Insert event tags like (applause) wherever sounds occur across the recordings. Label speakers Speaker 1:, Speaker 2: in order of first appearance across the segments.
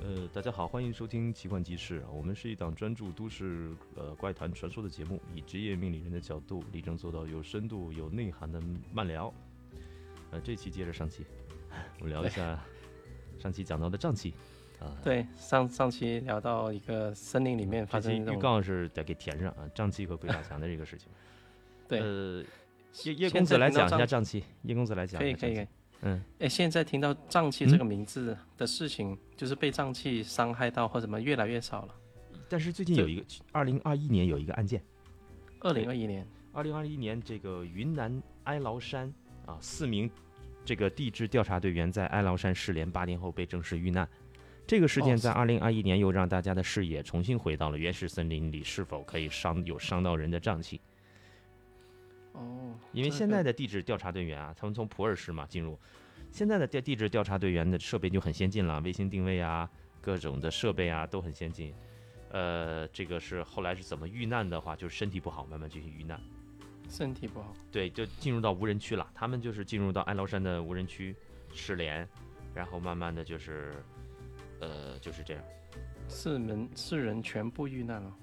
Speaker 1: 呃，大家好，欢迎收听《奇幻集市》，我们是一档专注都市呃怪谈传说的节目，以职业命理人的角度，力争做到有深度、有内涵的慢聊。呃，这期接着上期， (laughs) 我们聊一下上期讲到的瘴气啊。
Speaker 2: 对，上上期聊到一个森林里面发
Speaker 1: 这期
Speaker 2: 生这
Speaker 1: 预
Speaker 2: 种，
Speaker 1: 告是得给填上啊，瘴气和鬼打墙的这个事情。
Speaker 2: 对，
Speaker 1: 呃，叶
Speaker 2: 现
Speaker 1: 叶公子来讲一下
Speaker 2: 现在听到瘴
Speaker 1: 瘴气，叶公子来讲
Speaker 2: 可以
Speaker 1: 一下
Speaker 2: 可以可
Speaker 1: 瘴
Speaker 2: 以
Speaker 1: 气。。嗯，
Speaker 2: 哎，现在听到瘴气这个名字的事情，就是被瘴气伤害到或什么越来越少了。
Speaker 1: 但是最近有一个，二零二一年有一个案件。
Speaker 2: 二零二一年，
Speaker 1: 二零二一年，这个云南哀牢山啊，四名这个地质调查队员在哀牢山失联八天后被证实遇难。这个事件
Speaker 2: 哦
Speaker 1: 在二零二一年又让大家的视野重新回到了原始森林里是否可以伤有伤到人的瘴气，
Speaker 2: 哦，
Speaker 1: 因为
Speaker 2: 这
Speaker 1: 现
Speaker 2: 个
Speaker 1: 在的地质调查队员啊，他们从普洱市嘛进入，现在的地地质调查队员的设备就很先进了，卫星定位啊，各种的设备啊都很先进。呃，这个是后来是怎么遇难的话，就是身体不好，慢慢进行遇难。
Speaker 2: 身体不好，
Speaker 1: 对，就进入到无人区了。他们就是进入到哀牢山的无人区失联，然后慢慢的就是，呃，就是这样
Speaker 2: 四人四人全部遇难了，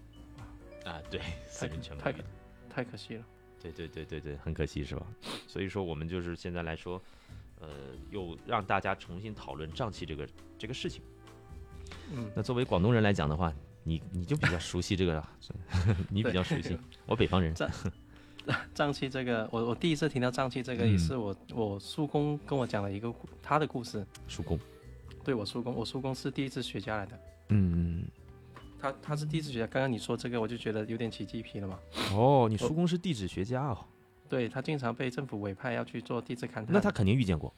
Speaker 1: 啊。 (laughs) 对，
Speaker 2: 太
Speaker 1: 死
Speaker 2: 可
Speaker 1: 人全部
Speaker 2: 太
Speaker 1: 遇
Speaker 2: 可
Speaker 1: 难
Speaker 2: 太可惜了。
Speaker 1: 对对对对对，很可惜是吧？所以说我们就是现在来说，呃，又让大家重新讨论瘴气这个这个事情。
Speaker 2: 嗯，
Speaker 1: 那作为广东人来讲的话，你你就比较熟悉这个了， (laughs) 你比较熟悉。我北方人，
Speaker 2: 瘴气这个，我我第一次听到瘴气这个，也是
Speaker 1: 嗯
Speaker 2: 我、我叔公跟我讲了一个故他的故事。
Speaker 1: 叔公，
Speaker 2: 对我叔公，我叔公是第一次学家来的，
Speaker 1: 嗯，
Speaker 2: 他他是第一次学家。刚刚你说这个，我就觉得有点起鸡皮了嘛。
Speaker 1: 哦，你叔公是地质学家哦，
Speaker 2: 对他经常被政府委派要去做地质勘探。
Speaker 1: 那他肯定遇见过。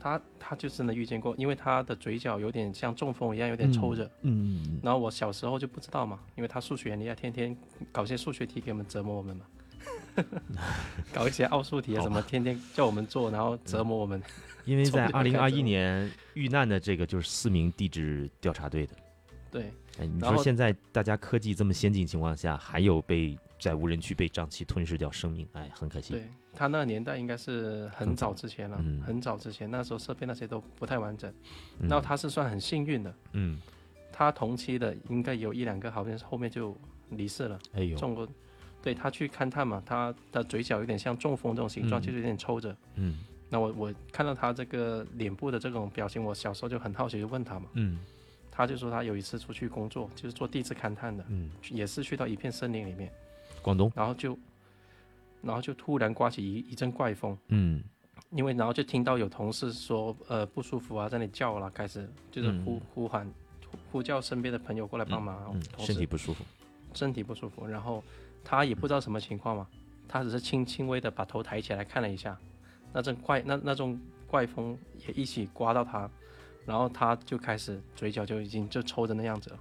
Speaker 2: 他他就真的遇见过，因为他的嘴角有点像中风一样，有点抽着。
Speaker 1: 嗯，
Speaker 2: 然后我小时候就不知道嘛，因为他数学很厉害，天天搞些数学题给我们折磨我们嘛， (laughs) 搞一些奥数题啊什么，天天叫我们做，然后
Speaker 1: 嗯
Speaker 2: 折磨我们。
Speaker 1: 因为在二
Speaker 2: 从这
Speaker 1: 零
Speaker 2: 个
Speaker 1: 二
Speaker 2: 开始
Speaker 1: 一年遇难的这个就是四名地质调查队的。
Speaker 2: 对
Speaker 1: 哎，你
Speaker 2: 然
Speaker 1: 说
Speaker 2: 后
Speaker 1: 现在大家科技这么先进情况下，还有被在无人区被瘴气吞噬掉生命，哎，很可惜。
Speaker 2: 对，他那个年代应该是很早之前了，
Speaker 1: 嗯
Speaker 2: 很早之前，那时候设备那些都不太完整。
Speaker 1: 嗯
Speaker 2: 然后他是算很幸运的，
Speaker 1: 嗯，
Speaker 2: 他同期的应该有一两个，好像是后面就离世了。
Speaker 1: 哎呦，
Speaker 2: 中过，对他去勘探嘛，他的嘴角有点像中风这种形状，
Speaker 1: 嗯
Speaker 2: 就是有点抽着。
Speaker 1: 嗯
Speaker 2: 那我我看到他这个脸部的这种表情，我小时候就很好奇，就问他嘛，
Speaker 1: 嗯
Speaker 2: 他就说他有一次出去工作，就是做地质勘探的，
Speaker 1: 嗯，
Speaker 2: 去也是去到一片森林里面，
Speaker 1: 广东，
Speaker 2: 然后就，然后就突然刮起一一阵怪风，
Speaker 1: 嗯
Speaker 2: 因为然后就听到有同事说呃不舒服啊，在那里叫了，开始就是
Speaker 1: 嗯
Speaker 2: 呼、呼喊呼呼叫身边的朋友过来帮忙，然后
Speaker 1: 嗯，
Speaker 2: 哦同
Speaker 1: 身
Speaker 2: 事
Speaker 1: 体不舒服，
Speaker 2: 身体不舒服，然后他也不知道什么情况嘛，他只是轻轻微的把头抬起来看了一下，那阵怪那那种怪风也一起刮到他，然后他就开始嘴角就已经就抽着那样子了，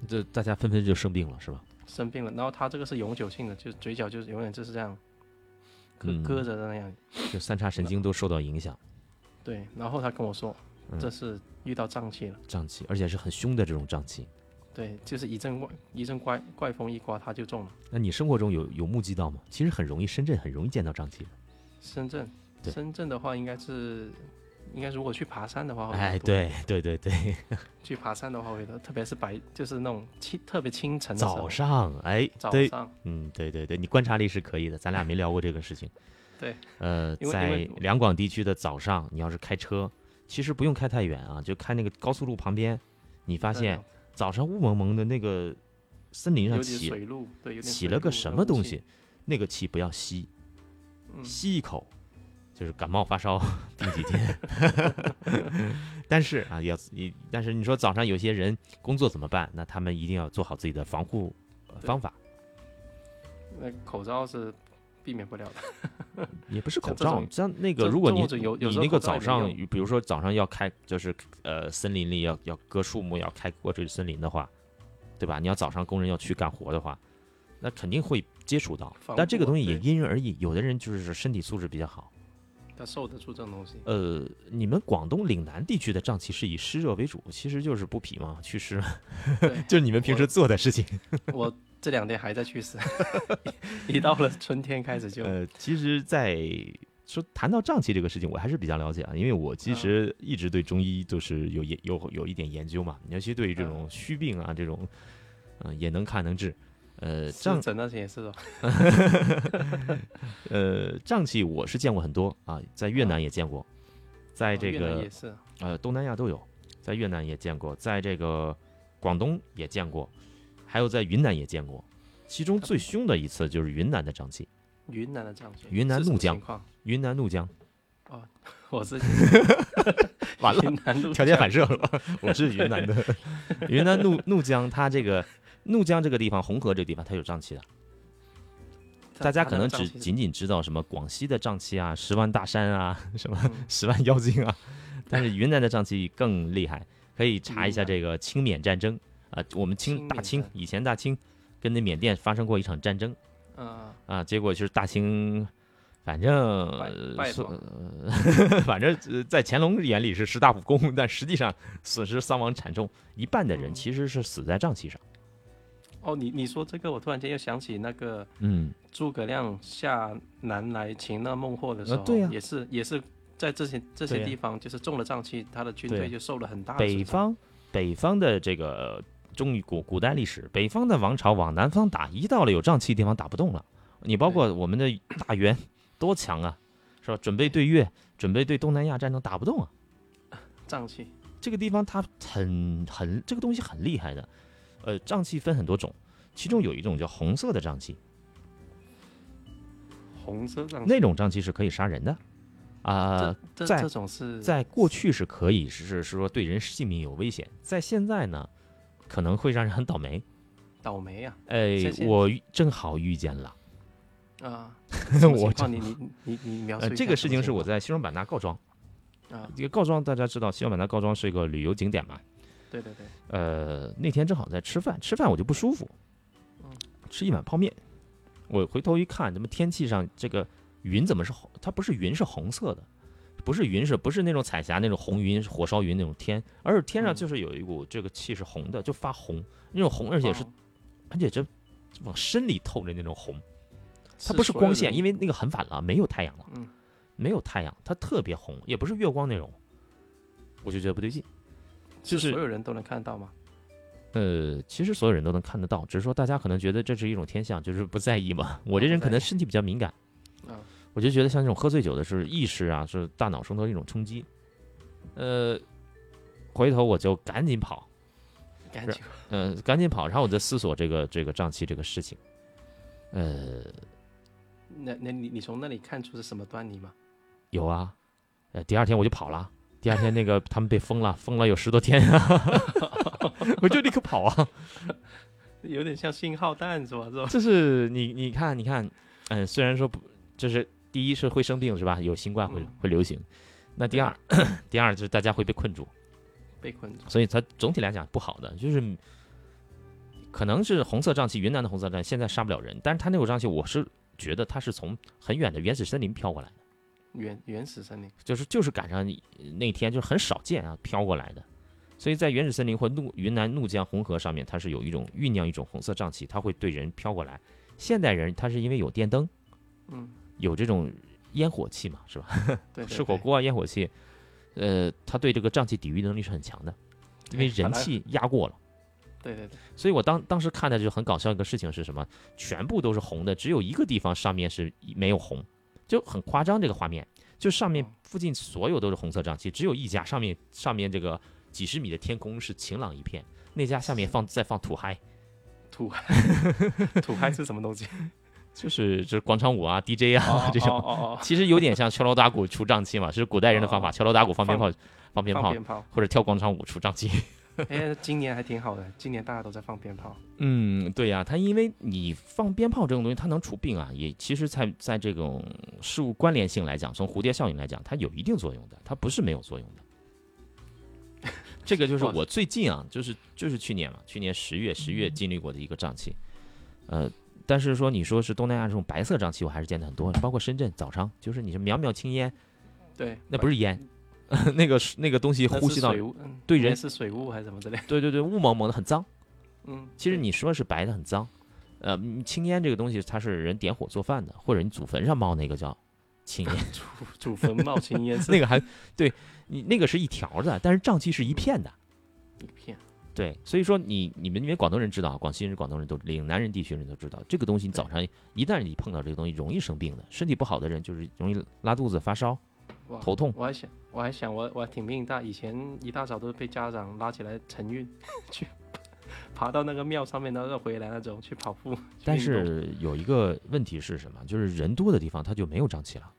Speaker 2: 嗯
Speaker 1: 这大家纷纷就生病了，是吧？
Speaker 2: 生病了，然后他这个是永久性的，就嘴角就是永远就是这样割
Speaker 1: 嗯
Speaker 2: 割着的那样，
Speaker 1: 就三叉神经都受到影响，
Speaker 2: 对，然后他跟我说
Speaker 1: 嗯
Speaker 2: 这是遇到瘴气了，
Speaker 1: 瘴气，而且是很凶的这种瘴气。
Speaker 2: 对，就是一阵怪一阵怪怪风一刮他就中了，
Speaker 1: 那你生活中有有目击到吗？其实很容易，深圳很容易见到瘴气的。
Speaker 2: 深圳
Speaker 1: 对
Speaker 2: 深圳的话应该是。应该如果去爬山的话，会比较
Speaker 1: 哎，
Speaker 2: 哦多
Speaker 1: 对对对对，
Speaker 2: 去爬山的话，我觉得特别是白，就是那种清特别清晨的时
Speaker 1: 早
Speaker 2: 候，
Speaker 1: 上，哎，
Speaker 2: 早
Speaker 1: 对，
Speaker 2: 上，
Speaker 1: 嗯，对对对，你观察力是可以的，咱俩没聊过这个事情。
Speaker 2: (laughs) 对，
Speaker 1: 呃，
Speaker 2: 因为因
Speaker 1: 在
Speaker 2: 为我
Speaker 1: 两广地区的早上，你要是开车，其实不用开太远啊，就开那个高速路旁边，你发
Speaker 2: 发
Speaker 1: 现早上雾蒙蒙的那个森林
Speaker 2: 有
Speaker 1: 上
Speaker 2: 点
Speaker 1: 起
Speaker 2: 水路，对，有点
Speaker 1: 起
Speaker 2: 水
Speaker 1: 了个
Speaker 2: 路
Speaker 1: 什
Speaker 2: 的
Speaker 1: 么
Speaker 2: 雾
Speaker 1: 东
Speaker 2: 气
Speaker 1: 西，，那个气不要吸，
Speaker 2: 嗯
Speaker 1: 吸一口就是感冒发烧顶几天。 (laughs) 但是啊，要你，但是你说早上有些人工作怎么办？那他们一定要做好自己的防护呃
Speaker 2: 对
Speaker 1: 方法，
Speaker 2: 那口罩是避免不了的。
Speaker 1: 也不是口
Speaker 2: 像这
Speaker 1: 罩
Speaker 2: 种，
Speaker 1: 像那个
Speaker 2: 这
Speaker 1: 如果
Speaker 2: 这
Speaker 1: 你
Speaker 2: 种有有
Speaker 1: 你
Speaker 2: 时候
Speaker 1: 那个
Speaker 2: 口罩
Speaker 1: 早
Speaker 2: 也没
Speaker 1: 上
Speaker 2: 用，
Speaker 1: 比如说早上要开，就是呃森林里要要割树木，要开过这个森林的话，对吧？你要早上工人要去干活的话，那肯定会接触到
Speaker 2: 防。
Speaker 1: 但这个
Speaker 2: 护
Speaker 1: 东西也
Speaker 2: 对
Speaker 1: 因人而异，有的人就是身体素质比较好。
Speaker 2: 他受得住这种东西。
Speaker 1: 呃，你们广东岭南地区的瘴气是以湿热为主，其实就是不脾嘛，祛湿，，
Speaker 2: 对
Speaker 1: (laughs) 就是你们平时
Speaker 2: 我
Speaker 1: 做的事情。
Speaker 2: 我这 (laughs) 两天还在去世，一到了春天开始就
Speaker 1: 呃，其实，在说谈到瘴气这个事情，我还是比较了解啊，因为我
Speaker 2: 嗯
Speaker 1: 其实一直对中医就是有研有有一点研究嘛，尤其对于这种虚病啊这种，嗯、也能看能治。呃，
Speaker 2: 湿
Speaker 1: 瘴
Speaker 2: 疹那些也是的，哦
Speaker 1: 呃瘴气我是见过很多啊，在越南也见过，在这
Speaker 2: 嗯哦越南
Speaker 1: 个
Speaker 2: 也是，
Speaker 1: 呃东南亚都有，在越南也见过，在这个广东也见过，还有在云南也见过。其
Speaker 2: 嗯
Speaker 1: 中最凶的一次就是云南的瘴气，
Speaker 2: 云南的瘴气，
Speaker 1: 云南
Speaker 2: 是什么
Speaker 1: 怒江
Speaker 2: 情况，
Speaker 1: 云南怒江，
Speaker 2: 我是
Speaker 1: (laughs) 完了
Speaker 2: 云南 (laughs) 怒
Speaker 1: 条件
Speaker 2: 江
Speaker 1: 反射了，我是云南的，云南怒怒江，它这个怒江这个地方，红河这个地方，它有瘴气的。
Speaker 2: 它
Speaker 1: 大家
Speaker 2: 它
Speaker 1: 可
Speaker 2: 那
Speaker 1: 能
Speaker 2: 个瘴
Speaker 1: 只
Speaker 2: 气是
Speaker 1: 仅仅知道什么广西的瘴气啊，十万大山啊，什
Speaker 2: (laughs)
Speaker 1: 么
Speaker 2: 嗯
Speaker 1: 十万妖精啊，但是云南的瘴气更厉害，可以查一下这个清缅战争啊、我们清
Speaker 2: 清
Speaker 1: 大
Speaker 2: 缅
Speaker 1: 清
Speaker 2: 战
Speaker 1: 以前大清跟那缅甸发生过一场战争
Speaker 2: 嗯，
Speaker 1: 啊、结果就是大清。反正
Speaker 2: 拜拜
Speaker 1: 说
Speaker 2: 访
Speaker 1: (laughs) 反正呃在乾隆眼里是十大武功，但实际上损失伤亡惨重，一半的人
Speaker 2: 嗯
Speaker 1: 其实是死在瘴气上。
Speaker 2: 哦，你你说这个，我突然间又想起那个
Speaker 1: 嗯，
Speaker 2: 诸葛亮下南来擒那孟获的时
Speaker 1: 呃
Speaker 2: 候，
Speaker 1: 对呀
Speaker 2: 也是也是在这些这
Speaker 1: 对
Speaker 2: 些
Speaker 1: 呀
Speaker 2: 地方，就是中了瘴气，他的军
Speaker 1: 对啊
Speaker 2: 队就受了很大的
Speaker 1: 北
Speaker 2: 损伤。
Speaker 1: 方北方的这个中古古代历史，北方的王朝往南方打，一到了有瘴气的地方打不动了。你包括我们的大元多强啊，是吧？准备对越，准备对东南亚战争打不动啊。
Speaker 2: 瘴气，
Speaker 1: 这个地方它很很这个东西很厉害的，呃，瘴气分很多种，其中有一种叫红色的瘴气，
Speaker 2: 红色瘴气，
Speaker 1: 那种瘴气是可以杀人的，啊、
Speaker 2: 这
Speaker 1: 在
Speaker 2: 这种是
Speaker 1: 在过去是可以是是是说对人性命有危险，在现在呢，可能会让人很倒霉。
Speaker 2: 倒霉啊
Speaker 1: 哎
Speaker 2: 谢，谢
Speaker 1: 我遇正好遇见了， (laughs)
Speaker 2: 啊！
Speaker 1: 我
Speaker 2: 这你你你你描述
Speaker 1: 呃，
Speaker 2: 一下
Speaker 1: 这个事情是
Speaker 2: 什么
Speaker 1: 我在西双版纳告庄。
Speaker 2: 啊，
Speaker 1: 这个告庄大家知道，西双版纳告庄是一个旅游景点嘛。
Speaker 2: 对对对，
Speaker 1: 呃，那天正好在吃饭，吃饭我就不舒服，
Speaker 2: 嗯
Speaker 1: 吃一碗泡面。我回头一看，怎么天气上这个云怎么是红？它不是云，是红色的，不是云是不是那种彩霞那种红云、火烧云那种天，而是天上
Speaker 2: 嗯
Speaker 1: 就是有一股这个气是红的，就发红，那种红，而且
Speaker 2: 哦
Speaker 1: 是、而且这往深里透着那种红。它不是光线，因
Speaker 2: 为
Speaker 1: 为那个很晚了，没有太阳了，
Speaker 2: 嗯
Speaker 1: 没有太阳，它特别红，也不是月光那种，我就觉得不对劲。就是
Speaker 2: 所有人都能看到嘛。
Speaker 1: 呃，其实所有人都能看得到，只是说大家可能觉得这是一种天象，就是不在意嘛。我这人可能身体比较敏感，
Speaker 2: 嗯
Speaker 1: 我就觉得像这种喝醉酒的是意识啊，是大脑受到一种冲击。呃，回头我就赶紧跑，
Speaker 2: 赶
Speaker 1: 是
Speaker 2: 紧
Speaker 1: 呃，赶紧跑，然后我再思索这个这个瘴气这个事情。呃，
Speaker 2: 那那你你从那里看出是什么端倪吗？
Speaker 1: 有啊，呃，第二天我就跑了。第二天那个他们被封了，封了有十多天啊， (laughs) 我就立刻跑啊。
Speaker 2: 有点像信号弹是吧？ (laughs) 是吧？
Speaker 1: 就是你你看你看，嗯、虽然说不，就是第一是会生病是吧？有新冠会、
Speaker 2: 嗯
Speaker 1: 会流行，那第二 (clears throat) 第二就是大家会被困住，
Speaker 2: 被困住。
Speaker 1: 所以它总体来讲不好的，就是可能是红色瘴气，云南的红色瘴气现在杀不了人，但是它那股瘴气，我是觉得它是从很远的原始森林飘过来的。
Speaker 2: 原原始森林，
Speaker 1: 就是就是赶上你那天就是很少见啊飘过来的，所以在原始森林或怒云南怒江红河上面，它是有一种酝酿一种红色瘴气，它会对人飘过来。现代人他是因为有电灯，
Speaker 2: 嗯，
Speaker 1: 有这种烟火气嘛，是吧？ (laughs)
Speaker 2: 对，对
Speaker 1: 吃火
Speaker 2: 对
Speaker 1: 锅啊，烟火气，呃，他对这个瘴气抵御能力是很强的，因
Speaker 2: 哎
Speaker 1: 为人气压过了。
Speaker 2: 对对对，
Speaker 1: 所以我当当时看的就很搞笑一个事情是什么？全部都是红的，只有一个地方上面是没有红，就很夸张这个画面。就上面
Speaker 2: 哦
Speaker 1: 附近所有都是红色瘴气，只有一家上面上面这个几十米的天空是晴朗一片，那家下面放在放土嗨，
Speaker 2: 土土嗨是什么东西？
Speaker 1: 就是就是广场舞啊、DJ 啊、(laughs)
Speaker 2: 哦
Speaker 1: 这种，
Speaker 2: 哦哦哦，
Speaker 1: 其实有点像敲锣打鼓除瘴气嘛，是古代人的方法，
Speaker 2: 哦
Speaker 1: 敲锣打鼓放鞭炮、放鞭
Speaker 2: 放
Speaker 1: 炮
Speaker 2: 鞭炮，
Speaker 1: 或者跳广场舞除瘴气。
Speaker 2: 哎，今年还挺好的，今年大家都在放鞭炮，
Speaker 1: 嗯，对呀、它因为你放鞭炮这种东西，它能除病啊，也其实在在这种事物关联性来讲，从蝴蝶效应来讲，它有一定作用的，它不是没有作用的。这个就是
Speaker 2: 哇塞
Speaker 1: 我最近啊，就是就是去年嘛，去年十月十
Speaker 2: 嗯
Speaker 1: 月经历过的一个瘴气，呃，但是说你说是东南亚这种白色瘴气，我还是见的很多，包括深圳早上，就是你是渺渺青烟，
Speaker 2: 对，
Speaker 1: 那不是烟， (laughs) 那个是那个东西
Speaker 2: 那
Speaker 1: 呼
Speaker 2: 是
Speaker 1: 吸到
Speaker 2: 水，雾，嗯
Speaker 1: 对
Speaker 2: 应
Speaker 1: 人
Speaker 2: 该是水雾还是什么之类的，
Speaker 1: 对对对，雾蒙蒙的，很脏。
Speaker 2: 嗯，
Speaker 1: 其实
Speaker 2: 对
Speaker 1: 你说是白的很脏，呃，嗯青烟这个东西它是人点火做饭的，或者你祖坟上冒那个叫青
Speaker 2: (laughs)
Speaker 1: 烟，
Speaker 2: 祖祖坟冒青烟
Speaker 1: (laughs)
Speaker 2: 是
Speaker 1: 那个还对你那个是一条的，但是瘴气是
Speaker 2: 嗯
Speaker 1: 一片的。
Speaker 2: 一片，
Speaker 1: 对，所以说你你们因为广东人知道，啊广西人、广东人都岭南人地区人都知道，这个东西你早上一旦你碰到这个东西，容易生病的，身体不好的人就是容易拉肚子、发烧、
Speaker 2: 哇
Speaker 1: 头痛。
Speaker 2: 我还想，我还想我，我还挺命大，以前一大早都是被家长拉起来晨运， (laughs) 去爬到那个庙上面，然后再回来那种去跑步。去
Speaker 1: 但
Speaker 2: 运动
Speaker 1: 是有一个问题是什么？就是人多的地方它就没有瘴气了。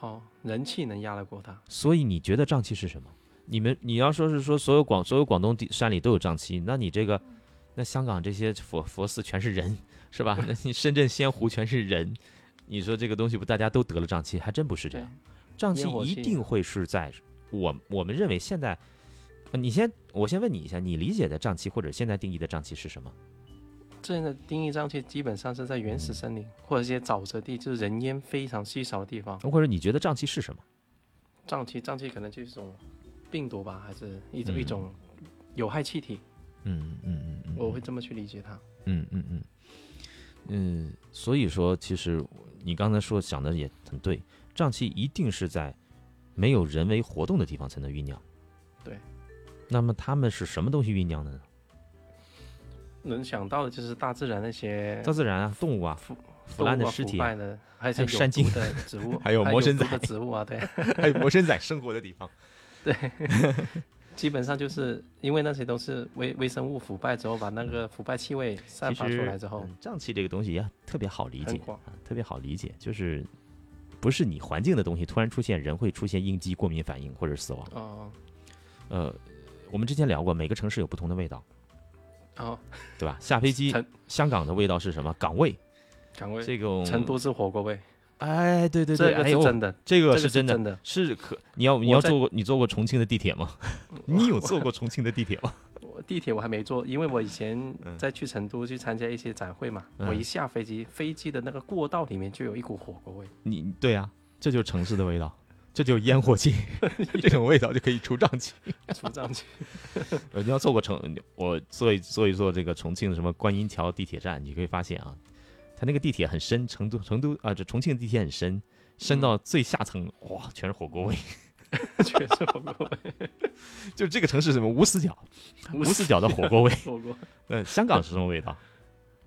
Speaker 2: 哦，人气能压得过他，
Speaker 1: 所以你觉得瘴气是什么？你们你要说是说所有广所有广东地山里都有瘴气，那你这个那香港这些佛佛寺全是人是吧？那你深圳仙湖全是人，你说这个东西不大家都得了瘴气？还真不是这样，瘴气
Speaker 2: 烟火
Speaker 1: 一
Speaker 2: 气
Speaker 1: 定会是在我我们认为现在，呃你先我先问你一下，你理解的瘴气或者现在定义的瘴气是什么？
Speaker 2: 这样的定义瘴气基本上是在原始森林或者一些沼泽地，就是人烟非常稀少的地方。
Speaker 1: 或者你觉得瘴气是什么？
Speaker 2: 瘴气，瘴气可能就是一种病毒吧，还是一种、
Speaker 1: 嗯
Speaker 2: 一种有害气体，
Speaker 1: 嗯嗯嗯嗯，
Speaker 2: 我会这么去理解它。
Speaker 1: 嗯嗯嗯，嗯，所以说，其实你刚才说想的也很对，瘴气一定是在没有人为活动的地方才能酝酿。
Speaker 2: 对。
Speaker 1: 那么他们是什么东西酝酿的呢？
Speaker 2: 能想到的就是大自然那些
Speaker 1: 大自然啊，动物啊，
Speaker 2: 哎腐
Speaker 1: 腐烂的
Speaker 2: 动物啊
Speaker 1: 尸体
Speaker 2: 腐
Speaker 1: 啊、
Speaker 2: 败的，还
Speaker 1: 还有
Speaker 2: 是有
Speaker 1: 山
Speaker 2: 毒
Speaker 1: 精
Speaker 2: 的植物，
Speaker 1: (laughs) 还有魔神
Speaker 2: 毒
Speaker 1: 仔
Speaker 2: 的植物啊，对。
Speaker 1: (laughs) 还有魔神仔生活的地
Speaker 2: (laughs)
Speaker 1: 方。
Speaker 2: 基本上就是因为那些都是微微生物腐败之后，把那个腐败气味散
Speaker 1: 其
Speaker 2: 发出
Speaker 1: 实
Speaker 2: 来之后，
Speaker 1: 嗯瘴气这个东西也特别好理
Speaker 2: 很
Speaker 1: 解，
Speaker 2: 广
Speaker 1: 啊特别好理解，就是不是你环境的东西突然出现，人会出现应激、过敏反应或者死亡。
Speaker 2: 哦
Speaker 1: 呃，我们之前聊过，每个城市有不同的味道。
Speaker 2: 哦，
Speaker 1: 对吧？下飞机
Speaker 2: 成，
Speaker 1: 香港的味道是什么？港味，
Speaker 2: 岗位
Speaker 1: 这种
Speaker 2: 成，都是火锅味，
Speaker 1: 哎，对对对，
Speaker 2: 这个
Speaker 1: 哎
Speaker 2: 是
Speaker 1: 呦，
Speaker 2: 真的，
Speaker 1: 这
Speaker 2: 这
Speaker 1: 个
Speaker 2: 个
Speaker 1: 是真
Speaker 2: 真
Speaker 1: 的，
Speaker 2: 的。
Speaker 1: 是可你要你
Speaker 2: 我
Speaker 1: 要
Speaker 2: 在嗯
Speaker 1: 坐过你坐过重庆的地铁吗？ (laughs) 你有坐过重庆的地铁吗？ (laughs)
Speaker 2: 我地铁我还没坐，因为我以前
Speaker 1: 嗯
Speaker 2: 在去成都去参加一些展会嘛，
Speaker 1: 嗯
Speaker 2: 我一下飞机，飞机的那个过道里面就有一股火锅
Speaker 1: (laughs)
Speaker 2: 味，
Speaker 1: 你对呀、这就是城市的味道，这就是烟火
Speaker 2: (laughs)
Speaker 1: 气，这种味道就可以除瘴气。
Speaker 2: 出瘴 (laughs) 气。
Speaker 1: 呃，你要坐过重，我坐一坐一坐这个重庆的什么观音桥地铁站，你会发现啊，它那个地铁很深，成都成都啊，这重庆的地铁很深，
Speaker 2: 嗯
Speaker 1: 深到最下层，哇，全是火锅味。
Speaker 2: 确实火锅味，
Speaker 1: 就这个城市什么无死角，无死角的火锅 (laughs) 味。
Speaker 2: 火锅。
Speaker 1: 嗯，香港是什么味道？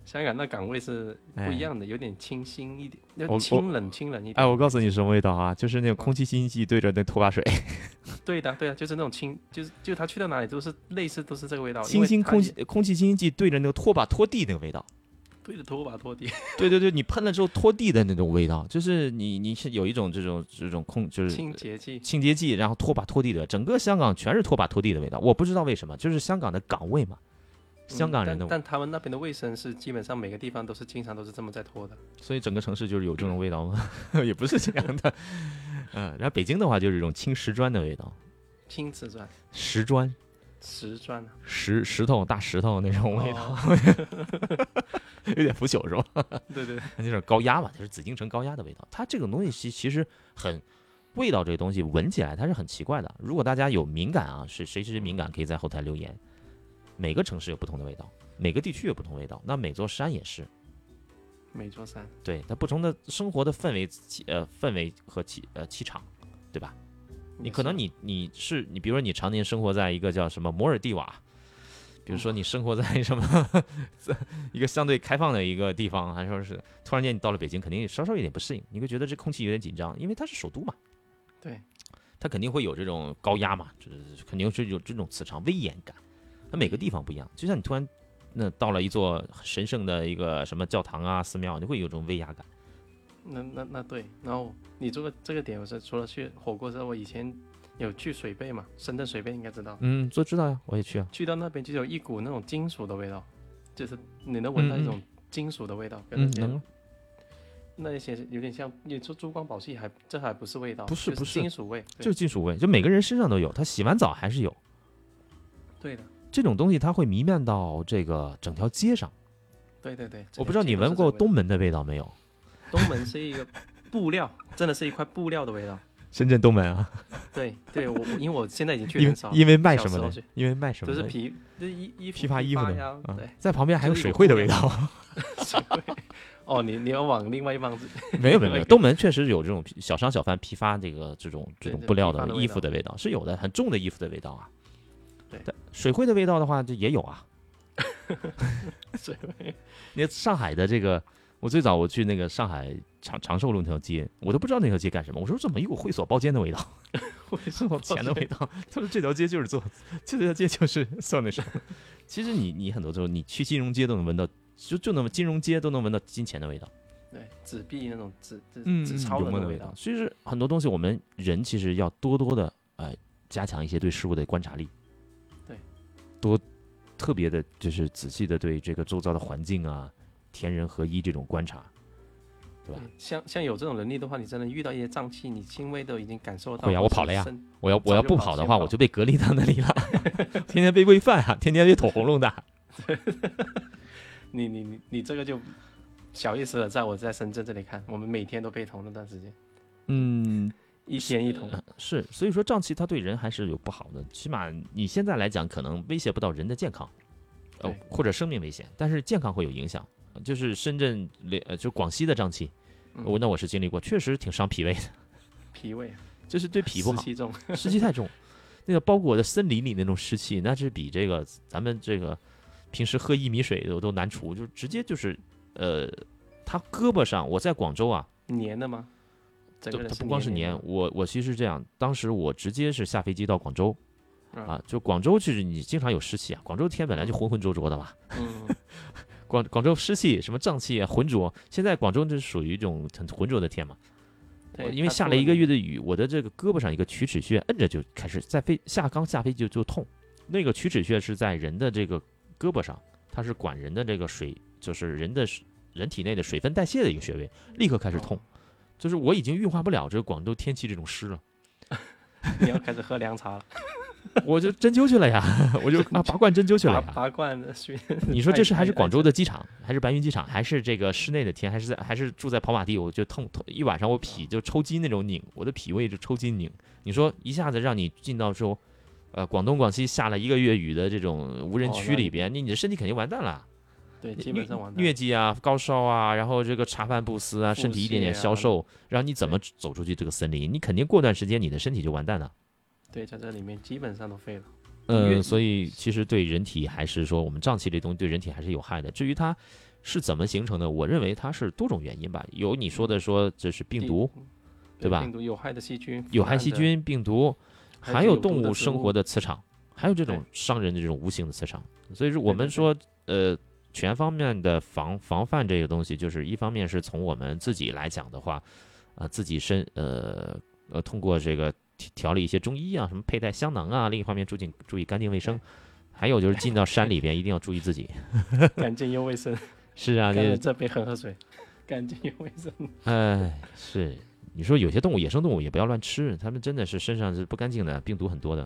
Speaker 2: 香港那岗位是不一样的，有点清新一点，有
Speaker 1: 我
Speaker 2: 点清冷清冷一
Speaker 1: 哎，
Speaker 2: 点。
Speaker 1: 我告诉你什么味道啊？就是那种空气清新剂对着那拖把水，
Speaker 2: 对的，对的，就是那种清，就是就他去到哪里都是类似，都是这个味道。因
Speaker 1: 清
Speaker 2: 为
Speaker 1: 新
Speaker 2: 它
Speaker 1: 空
Speaker 2: 也
Speaker 1: 气空气清新剂对着那个拖把拖地那个味道。
Speaker 2: 对着拖把拖地，
Speaker 1: 对对对，你喷了之后拖地的那种味道，就是你你是有一种这种这种空就是。
Speaker 2: 清洁剂。
Speaker 1: 清洁剂，然后拖把拖地的，整个香港全是拖把拖地的味道。我不知道为什么，就是香港的港味嘛，香港人的
Speaker 2: 嗯
Speaker 1: 味，
Speaker 2: 但，但他们那边的卫生是基本上每个地方都是经常都是这么在拖的。
Speaker 1: 所以整个城市就是有这种味道吗？ (laughs) 也不是这样的，嗯，然后北京的话就是一种青石砖的味道，
Speaker 2: 青瓷砖、
Speaker 1: 石砖，
Speaker 2: 瓷砖啊，
Speaker 1: 石石头大石头那种味道，
Speaker 2: 哦
Speaker 1: 有点腐朽是吧？
Speaker 2: 对对对，
Speaker 1: (laughs) 那就是高压嘛，就是紫禁城高压的味道。它这种东西其其实很味道，这个东西闻起来它是很奇怪的。如果大家有敏感啊，是谁谁敏感，可以在后台留言。每个城市有不同的味道，每个地区有不同味道，那每座山也是。
Speaker 2: 每座山。
Speaker 1: 对，它不同的生活的氛围气，呃，氛围和气，呃，气场，对吧？你可能你你是你，比如说你常年生活在一个叫什么摩尔蒂瓦，比如说你生活在什么在一个相对开放的一个地方，还说是突然间你到了北京，肯定稍稍有点不适应，你会觉得这空气有点紧张，因为它是首都嘛，
Speaker 2: 对，
Speaker 1: 它肯定会有这种高压嘛，就是肯定是有这种磁场威严感。它每个地方不一样，就像你突然那到了一座神圣的一个什么教堂啊、寺庙，你会有这种威压感。
Speaker 2: 那那那对。然后你这个这个点，我是除了去火锅之后，我以前有去水贝嘛，深圳水贝应该知道，
Speaker 1: 嗯，这知道呀，我也去啊。
Speaker 2: 去到那边就有一股那种金属的味道，就是你能闻到
Speaker 1: 嗯嗯
Speaker 2: 一种金属的味道，跟
Speaker 1: 嗯
Speaker 2: 那，些、
Speaker 1: 能啊
Speaker 2: 那些有点像，你说珠光宝气还这还不是味道，
Speaker 1: 不是
Speaker 2: 就
Speaker 1: 不是
Speaker 2: 是金属味，对
Speaker 1: 就是金属味，就每个人身上都有，他洗完澡还是有。
Speaker 2: 对的，
Speaker 1: 这种东西它会弥漫到这个整条街上。
Speaker 2: 对对对。
Speaker 1: 我不知道你闻过
Speaker 2: 东。
Speaker 1: 东门的味道没有？
Speaker 2: 东门是一个布料，真的是一块布料的味道。
Speaker 1: 深圳东门啊，
Speaker 2: 对对，我我因为我现在已经去
Speaker 1: 因为
Speaker 2: 得很少了，
Speaker 1: 因为卖什么
Speaker 2: 小时候
Speaker 1: 的
Speaker 2: 去？
Speaker 1: 因为卖什
Speaker 2: 就
Speaker 1: 么
Speaker 2: 是
Speaker 1: 的？
Speaker 2: 皮，就是衣衣服
Speaker 1: 批发
Speaker 2: 衣
Speaker 1: 衣服的
Speaker 2: 呀，
Speaker 1: 啊
Speaker 2: 对，
Speaker 1: 在旁边还有
Speaker 2: 就是
Speaker 1: 水
Speaker 2: 有
Speaker 1: 会的
Speaker 2: 布
Speaker 1: 味
Speaker 2: 料
Speaker 1: 道。
Speaker 2: (laughs) 水会哦，你你要往另外一方子， (laughs)
Speaker 1: 没有没有没
Speaker 2: 另外一
Speaker 1: 有，
Speaker 2: 个
Speaker 1: 东门确实有这种小商小贩批发这个这种这
Speaker 2: 对
Speaker 1: 种
Speaker 2: 对
Speaker 1: 布料
Speaker 2: 批发
Speaker 1: 的
Speaker 2: 的味
Speaker 1: 衣服的
Speaker 2: 道
Speaker 1: 味道是有的，很重的衣服的味道啊。
Speaker 2: 对
Speaker 1: 但水会的味道的话，这也有啊。
Speaker 2: 水
Speaker 1: 会，你看上海的这个，我最早我去那个上海长长寿路那条街，我都不知道那条街干什么，我说怎么一股会所包间的味道，会所 (laughs) 钱的味道。他说这条街就是做，这条街就是做 (laughs) 那什么。其实你你很多时候你去金融街都能闻到，就就那么金融街都能闻到金钱的味道。
Speaker 2: 对，纸币那种纸纸
Speaker 1: 嗯，
Speaker 2: 纸钞的
Speaker 1: 油
Speaker 2: 那
Speaker 1: 墨
Speaker 2: 种
Speaker 1: 的
Speaker 2: 味
Speaker 1: 道
Speaker 2: 道。。
Speaker 1: 所以是很多东西，我们人其实要多多的呃加强一些对事物的观察力，
Speaker 2: 对，
Speaker 1: 多特别的就是仔细的对这个周遭的环境啊、天人合一这种观察，对吧？
Speaker 2: 对像像有这种能力的话，你真的遇到一些瘴气，你轻微都已经感受到。
Speaker 1: 会呀
Speaker 2: 或
Speaker 1: 我
Speaker 2: 者
Speaker 1: 跑了呀
Speaker 2: 身。
Speaker 1: 我要
Speaker 2: 早
Speaker 1: 我要
Speaker 2: 就
Speaker 1: 不
Speaker 2: 跑
Speaker 1: 跑的
Speaker 2: 先
Speaker 1: 话，
Speaker 2: 跑
Speaker 1: 我就被隔离到那 (laughs) 里了，天天被喂饭啊，天天被捅喉咙的。
Speaker 2: 你你你你这个就小意思了，在我在深圳这里看，我们每天都被捅那段时间，
Speaker 1: 嗯，
Speaker 2: 一天一捅。
Speaker 1: 是，所以说瘴气它对人还是有不好的，起码你现在来讲可能威胁不到人的健康，呃
Speaker 2: 对，
Speaker 1: 或者生命危险，但是健康会有影响。呃就是深圳连呃，就广西的瘴气，
Speaker 2: 嗯
Speaker 1: 我、那我是经历过，确实挺伤脾胃的，
Speaker 2: 脾胃
Speaker 1: 就是对脾不
Speaker 2: 湿
Speaker 1: 好，
Speaker 2: 气重，
Speaker 1: 湿气太重。那个包裹的森林里那种湿气，那是比这个咱们这个平时喝薏米水都都难除，就直接就是呃，他胳膊上，我在广州啊，
Speaker 2: 黏的吗？整
Speaker 1: 都
Speaker 2: 个人
Speaker 1: 它不光是
Speaker 2: 黏
Speaker 1: 年，
Speaker 2: 的，
Speaker 1: 我我其实是这样，当时我直接是下飞机到广州，
Speaker 2: 嗯
Speaker 1: 啊，就广州去你经常有湿气啊，广州天本来就浑浑浊浊的嘛，
Speaker 2: 嗯，
Speaker 1: 广广州湿气什么瘴气啊浑浊，现在广州这属于一种很浑浊的天嘛，我
Speaker 2: 对
Speaker 1: 因为
Speaker 2: 它
Speaker 1: 下
Speaker 2: 除
Speaker 1: 了一个
Speaker 2: 你
Speaker 1: 月的雨，我的这个胳膊上一个曲尺穴摁着就开始在飞下刚下飞机就就痛，那个曲尺穴是在人的这个胳膊上，它是管人的这个水，就是人的水人体内的水分代谢的一个穴位，立刻开始痛
Speaker 2: 哦，
Speaker 1: 就是我已经运化不了这个广州天气这种湿了。
Speaker 2: 你要开始喝凉
Speaker 1: (laughs)
Speaker 2: 茶了，
Speaker 1: 我就针灸去了呀， (laughs) 我就啊拔罐针灸去了
Speaker 2: 拔
Speaker 1: 呀。
Speaker 2: 拔罐的水，
Speaker 1: 你说这是
Speaker 2: 爱
Speaker 1: 还是
Speaker 2: 爱
Speaker 1: 广州的机
Speaker 2: 哎
Speaker 1: 场，还是白云机场，还是这个室内的天，还是在还是住在跑马地，我就痛痛一晚上，我脾就抽筋那种拧，我的脾胃就抽筋拧。你说一下子让你进到说，呃，广东广西下了一个月雨的这种无人
Speaker 2: 哦
Speaker 1: 区
Speaker 2: 那
Speaker 1: 里
Speaker 2: 你
Speaker 1: 边，你你的身体肯定完蛋了，
Speaker 2: 对，基
Speaker 1: 疟
Speaker 2: 本上完蛋了
Speaker 1: 疟疾啊、高烧啊，然后这个茶饭不思啊，
Speaker 2: 腹
Speaker 1: 身体一点点
Speaker 2: 泻啊
Speaker 1: 消瘦，然后你怎么走出去这个森林？你肯定过段时间你的身体就完蛋了。
Speaker 2: 对，在这里面基本上都废了。因
Speaker 1: 呃，
Speaker 2: 为
Speaker 1: 所以其实对人体还是说，我们瘴气这东西对人体还是有害的。至于它是怎么形成的，我认为它是多种原因吧，有你说的说这是病毒、对吧
Speaker 2: 病毒有害的细菌，
Speaker 1: 有
Speaker 2: 腐
Speaker 1: 害
Speaker 2: 烂
Speaker 1: 细
Speaker 2: 的，
Speaker 1: 菌、病毒，
Speaker 2: 还
Speaker 1: 还
Speaker 2: 有
Speaker 1: 有
Speaker 2: 有毒
Speaker 1: 动
Speaker 2: 的
Speaker 1: 物
Speaker 2: 植
Speaker 1: 生活
Speaker 2: 物
Speaker 1: 的磁场，还有这种
Speaker 2: 对
Speaker 1: 伤人的这种无形的磁场。所以说，我
Speaker 2: 对
Speaker 1: 们
Speaker 2: 对
Speaker 1: 说，呃，全方面的防防范这个东西，就是一方面是从我们自己来讲的话，啊、自己身呃呃通过这个调调理一些中医啊，什么佩戴香囊啊，另一方面注意注意干净卫生， (laughs) 还有就是进到山
Speaker 2: (laughs)
Speaker 1: 里边一定要注意自己。
Speaker 2: 干净又卫生。
Speaker 1: 是啊，
Speaker 2: 看着
Speaker 1: 你
Speaker 2: 这杯恒河
Speaker 1: (laughs)
Speaker 2: 水，干净又卫生。
Speaker 1: 哎是，你说有些动物，野生动物也不要乱吃，它们真的是身上是不干净的，病毒很多的。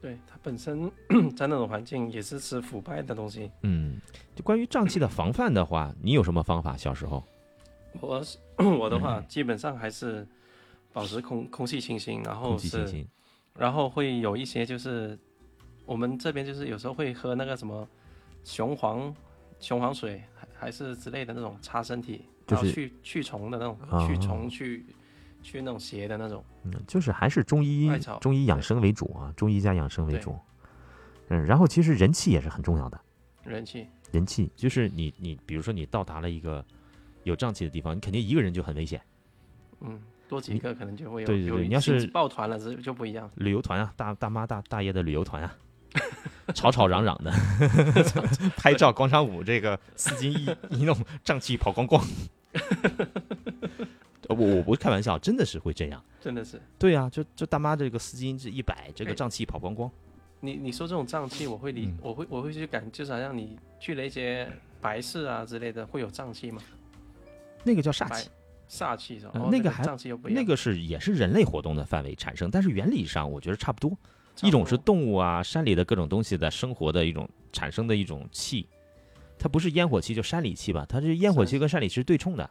Speaker 2: 对，它本身在那种环境也是吃腐败的东西。
Speaker 1: 嗯，就关于瘴气的防范的话，你有什么方法？小时候，
Speaker 2: 我是我的
Speaker 1: 嗯
Speaker 2: 话，基本上还是保持空空气清新，
Speaker 1: 空
Speaker 2: 然后
Speaker 1: 气清
Speaker 2: 哦是，
Speaker 1: 新，
Speaker 2: 然后会有一些就是我们这边就是有时候会喝那个什么雄黄雄黄水，还还是之类的那种擦身体，
Speaker 1: 就
Speaker 2: 然后
Speaker 1: 是
Speaker 2: 去去虫的那种，
Speaker 1: 啊
Speaker 2: 去虫去去那种邪的那种。
Speaker 1: 嗯，就是还是中医
Speaker 2: 艾草
Speaker 1: 中医养
Speaker 2: 对
Speaker 1: 生为主啊，中医加养生为
Speaker 2: 对
Speaker 1: 主。嗯，然后其实人气也是很重要的。
Speaker 2: 人气，
Speaker 1: 人气，就是你你比如说你到达了一个有瘴气的地方，你肯定一个人就很危险。
Speaker 2: 嗯，多几
Speaker 1: 你
Speaker 2: 个可能就会有
Speaker 1: 对对
Speaker 2: 有
Speaker 1: 对
Speaker 2: 一
Speaker 1: 你要
Speaker 2: 起
Speaker 1: 是
Speaker 2: 抱团了，就就不一样。
Speaker 1: 旅游团啊，大大妈大大爷的旅游团
Speaker 2: (laughs)
Speaker 1: 啊，吵吵嚷嚷的，拍照广场舞，这个丝巾
Speaker 2: (laughs)
Speaker 1: 一一弄，瘴气跑光光。呃我我不是开玩笑，真的是会这样。
Speaker 2: 真的是，
Speaker 1: 对呀、啊，就就大妈这个丝巾这一摆，这个
Speaker 2: 哎
Speaker 1: 瘴气跑光光。
Speaker 2: 你你说这种胀气，我会理，
Speaker 1: 嗯
Speaker 2: 我会我会去感，就是好像你去了一些白事啊之类的，会有胀气吗？
Speaker 1: 那个叫煞
Speaker 2: 白
Speaker 1: 气，
Speaker 2: 煞气是吧？
Speaker 1: 呃
Speaker 2: 哦
Speaker 1: 那个
Speaker 2: 个
Speaker 1: 还
Speaker 2: 胀气又不一样，
Speaker 1: 那个是也是人类活动的范围产生，但是原理上我觉得差不多。
Speaker 2: 差
Speaker 1: 一
Speaker 2: 不
Speaker 1: 种是
Speaker 2: 多
Speaker 1: 动物啊，山里的各种东西的生活的一种产生的一种气，它不是烟火气，就山里气吧，它是烟火气
Speaker 2: 是
Speaker 1: 跟山里气是对冲的。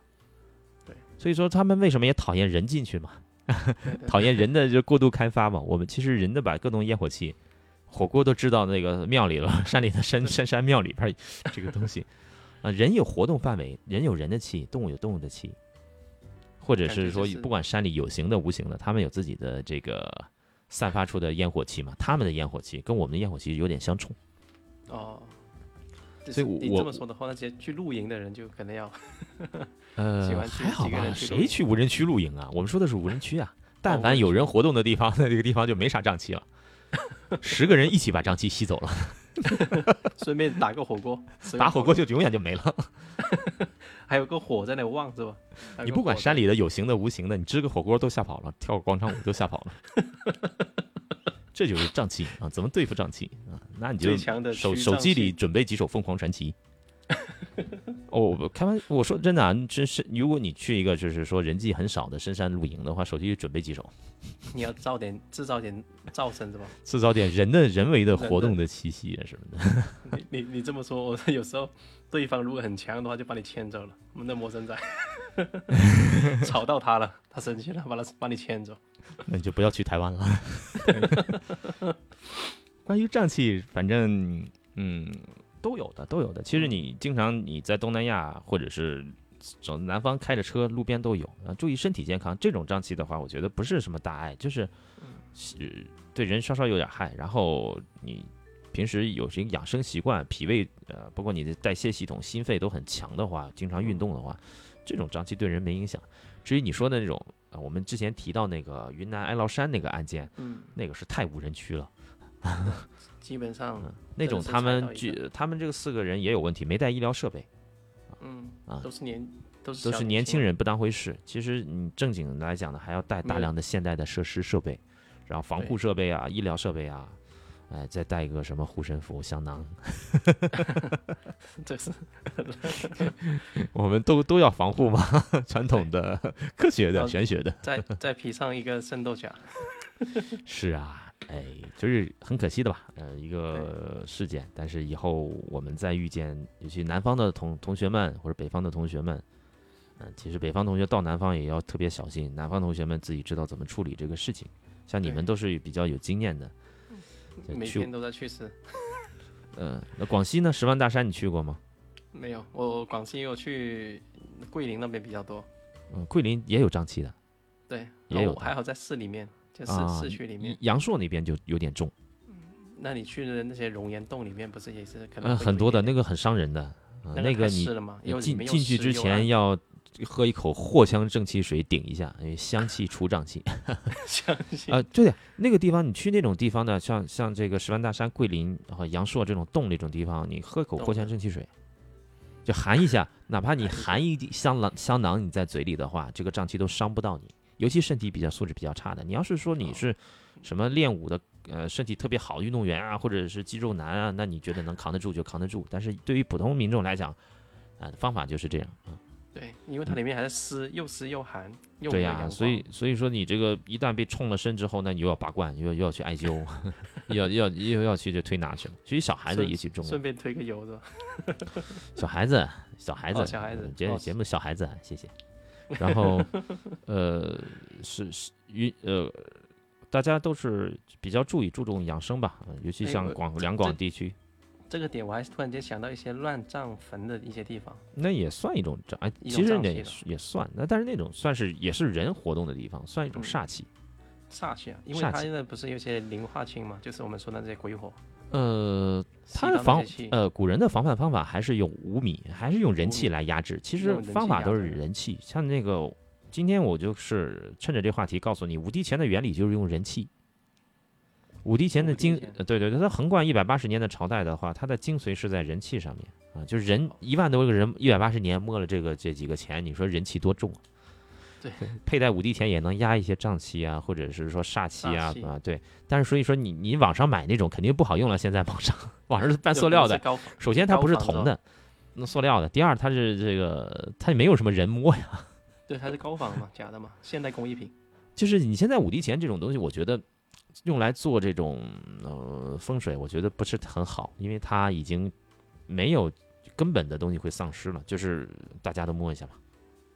Speaker 2: 对，
Speaker 1: 所以说他们为什么也讨厌人进去嘛，
Speaker 2: 对 (laughs) 对
Speaker 1: 讨厌人的就过度开发嘛。我们其实人的把各种烟火气，
Speaker 2: (laughs)
Speaker 1: 火锅都知道那个庙里了，山里的山山山庙里边儿这个东西，啊，人有活动范围，人有人的气，动物有动物的气，或者
Speaker 2: 感觉
Speaker 1: 是
Speaker 2: 就
Speaker 1: 说
Speaker 2: 是
Speaker 1: 不管山里有形的无形的，他们有自己的这个散发出的烟火气嘛，他们的烟火气跟我们的烟火气有点相冲。
Speaker 2: 哦。
Speaker 1: 所以
Speaker 2: 就是
Speaker 1: 我
Speaker 2: 你
Speaker 1: 我
Speaker 2: 这么说的话，那些去露营的人就可能要 (laughs) 喜
Speaker 1: 呃，
Speaker 2: 欢去
Speaker 1: 还好
Speaker 2: 几个人
Speaker 1: 吧？
Speaker 2: 去露
Speaker 1: 谁
Speaker 2: 营
Speaker 1: 去无人区露营啊？我们说的是无人区啊。但
Speaker 2: 无人
Speaker 1: 凡有人活动的地方，那这个地方就没啥瘴气了。十个人一起把瘴气吸走了，
Speaker 2: 顺便打个火锅，随便
Speaker 1: 打火锅就永远就没了。
Speaker 2: 还有个火在那旺是吧？还有
Speaker 1: 你
Speaker 2: 个
Speaker 1: 不管
Speaker 2: 火
Speaker 1: 山
Speaker 2: 在
Speaker 1: 里的有形的无形的，你支个火锅都吓跑了，跳个广场舞都吓跑了。这就是瘴气啊！怎么对付瘴气啊？那你就
Speaker 2: 最强的
Speaker 1: 手
Speaker 2: 驱
Speaker 1: 手
Speaker 2: 瘴
Speaker 1: 机里
Speaker 2: 气
Speaker 1: 准备几首《凤凰传奇》。哦，我开玩，我说真的啊，真是如果你去一个就是说人迹很少的深山露营的话，手机里准备几首，
Speaker 2: 你要造点制造点噪声是吧？
Speaker 1: 制造点人的人为的
Speaker 2: 人
Speaker 1: 活
Speaker 2: 的
Speaker 1: 动的气息啊什么的。
Speaker 2: 你你你这么说，我有时候对方如果很强的话，就把你牵走了。我们的魔神仔 (laughs) 吵到他了，他生气了，把他把你牵走。
Speaker 1: 那你就不要去台湾了。 (laughs) 关于瘴气，反正嗯都有的，都有的。其实你经常你在东南亚或者是整南方开着车，路边都有啊。注意身体健康，这种瘴气的话，我觉得不是什么大碍，就是是对人稍稍有点害。然后你平时有些养生习惯，脾胃呃，包括你的代谢系统、心肺都很强的话，经常运动的话，这种瘴气对人没影响。至于你说的那种啊，我们之前提到那个云南哀牢山那个案件，
Speaker 2: 嗯，
Speaker 1: 那个是太无人区了。
Speaker 2: 基本上，
Speaker 1: 那
Speaker 2: 真的
Speaker 1: 种
Speaker 2: 是
Speaker 1: 他
Speaker 2: 踩到
Speaker 1: 们
Speaker 2: 一
Speaker 1: 据他们这个四个人也有问题，没带医疗设备，
Speaker 2: 嗯，
Speaker 1: 啊
Speaker 2: 都是年都是
Speaker 1: 都
Speaker 2: 小
Speaker 1: 是年轻
Speaker 2: 轻。
Speaker 1: 人嗯不当回事。其实你正经来讲呢，还要带
Speaker 2: 没
Speaker 1: 大
Speaker 2: 有
Speaker 1: 量的现代的设施设备，然后防护设备啊、医疗设备啊，哎，再带一个什么护身符、香囊，
Speaker 2: 这是
Speaker 1: (laughs) 我们都都要防护嘛， (laughs) 传统的、科学的、
Speaker 2: 要
Speaker 1: 玄学的。
Speaker 2: 再再披上一个圣斗甲，
Speaker 1: 是啊，哎，就是很可惜的吧，呃，一个事件。但是以后我们再遇见，尤其南方的同同学们或者北方的同学们，嗯、其实北方同学到南方也要特别小心，南方同学们自己知道怎么处理这个事情。像你们
Speaker 2: 对
Speaker 1: 都是比较有经验的，就
Speaker 2: 每
Speaker 1: 去
Speaker 2: 天都在去世。
Speaker 1: 嗯、那广西呢？十万大山你去过吗？
Speaker 2: 没有，我广西我去桂林那边比较多，
Speaker 1: 嗯、桂林也有瘴气的，
Speaker 2: 对，
Speaker 1: 也有
Speaker 2: 我
Speaker 1: 的
Speaker 2: 还好在市里面，就市、
Speaker 1: 啊
Speaker 2: 市区里面。
Speaker 1: 阳朔那边就有点重，
Speaker 2: 那你去的那些熔岩洞里面，不是也是可能
Speaker 1: 嗯、
Speaker 2: 会
Speaker 1: 很
Speaker 2: 有
Speaker 1: 多
Speaker 2: 一
Speaker 1: 的
Speaker 2: 点
Speaker 1: 那个很伤人的，呃、
Speaker 2: 那
Speaker 1: 个
Speaker 2: 太
Speaker 1: 你
Speaker 2: 湿了嘛，
Speaker 1: 你
Speaker 2: 又里
Speaker 1: 进
Speaker 2: 面又
Speaker 1: 进去
Speaker 2: 湿
Speaker 1: 之
Speaker 2: 又
Speaker 1: 前
Speaker 2: 暗
Speaker 1: 要喝一口藿香正气水顶一下，因为香气除瘴气。
Speaker 2: 相信
Speaker 1: 啊，对的，那个地方你去那种地方呢，像像这个十万大山、桂林和阳朔这种洞那种地方，你喝口
Speaker 2: 懂
Speaker 1: 藿香
Speaker 2: 的
Speaker 1: 正气水，就含一下，哪怕你
Speaker 2: 含一下
Speaker 1: 含一滴香囊香囊你在嘴里的话，这个瘴气都伤不到你。尤其身体比较素质比较差的，你要是说你
Speaker 2: 哦
Speaker 1: 是什么练武的，呃，身体特别好的运动员啊，或者是肌肉男啊，那你觉得能扛得住就扛得住。但是对于普通民众来讲，啊、方法就是这样啊。
Speaker 2: 对，因为它里面还是湿，又湿又寒，又
Speaker 1: 对
Speaker 2: 没有
Speaker 1: 呀、
Speaker 2: 阳
Speaker 1: 所以
Speaker 2: 光
Speaker 1: 所以说你这个一旦被冲了身之后，那你又要拔罐，又要又要去艾
Speaker 2: (laughs)
Speaker 1: 灸，又要又要又要去这推拿去了。其实小孩子
Speaker 2: 顺
Speaker 1: 也挺重要
Speaker 2: 顺，便推个油是吧？
Speaker 1: 小孩子小孩子、
Speaker 2: 哦小孩子
Speaker 1: 嗯节
Speaker 2: 哦
Speaker 1: 节目小孩子，谢谢。然
Speaker 2: (laughs)
Speaker 1: 后呃是是与呃。大家都是比较注意注重养生吧，呃尤其
Speaker 2: 哎
Speaker 1: 像
Speaker 2: 我
Speaker 1: 广
Speaker 2: 这
Speaker 1: 两
Speaker 2: 这
Speaker 1: 广地区，
Speaker 2: 这个点我还突然间想到一些乱葬坟的一些地方，
Speaker 1: 那也算一种瘴，哎
Speaker 2: 一
Speaker 1: 其
Speaker 2: 种
Speaker 1: 实
Speaker 2: 瘴
Speaker 1: 那
Speaker 2: 气
Speaker 1: 也
Speaker 2: 了
Speaker 1: 是也算，那但是那种算是也是人活动的地方，算一种
Speaker 2: 嗯
Speaker 1: 煞气。
Speaker 2: 煞气啊，因为
Speaker 1: 煞
Speaker 2: 它
Speaker 1: 气
Speaker 2: 那不是有些磷化氢嘛，就是我们说的那些鬼火，
Speaker 1: 呃，
Speaker 2: 吸
Speaker 1: 它
Speaker 2: 到
Speaker 1: 的
Speaker 2: 那
Speaker 1: 防
Speaker 2: 些气
Speaker 1: 呃，古人的防范方法还是用五米，还是用人气来压制。其实
Speaker 2: 用人气
Speaker 1: 方法
Speaker 2: 压
Speaker 1: 都
Speaker 2: 制
Speaker 1: 是人气，像那个今天我就是趁着这话题告诉你，五帝钱的原理就是用人气。五帝钱的
Speaker 2: 五帝
Speaker 1: 精
Speaker 2: 钱，
Speaker 1: 呃对对对，它横贯一百八十年的朝代的话，它的精髓是在人气上面啊，就是人
Speaker 2: 哦
Speaker 1: 一万多个人，一百八十年摸了这个这几个钱，你说人气多重啊？
Speaker 2: 对，
Speaker 1: 佩戴五帝钱也能压一些瘴气啊，或者是说煞气
Speaker 2: 煞
Speaker 1: 啊
Speaker 2: 气
Speaker 1: 啊，对。但是所以说你你网上买那种肯定不好用了，现在网上网上是半
Speaker 2: 就
Speaker 1: 塑
Speaker 2: 不
Speaker 1: 料
Speaker 2: 是
Speaker 1: 的，
Speaker 2: 高
Speaker 1: 首先它
Speaker 2: 高
Speaker 1: 不是
Speaker 2: 仿
Speaker 1: 铜
Speaker 2: 的
Speaker 1: 的，那塑料的。第二，它是这个它也没有什么人摸呀。
Speaker 2: 对，它是高仿嘛，假的嘛，现代工艺品，
Speaker 1: 就是你现在五帝钱这种东西，我觉得用来做这种呃风水，我觉得不是很好，因为它已经没有根本的东西会丧失了，就是大家都摸一下嘛。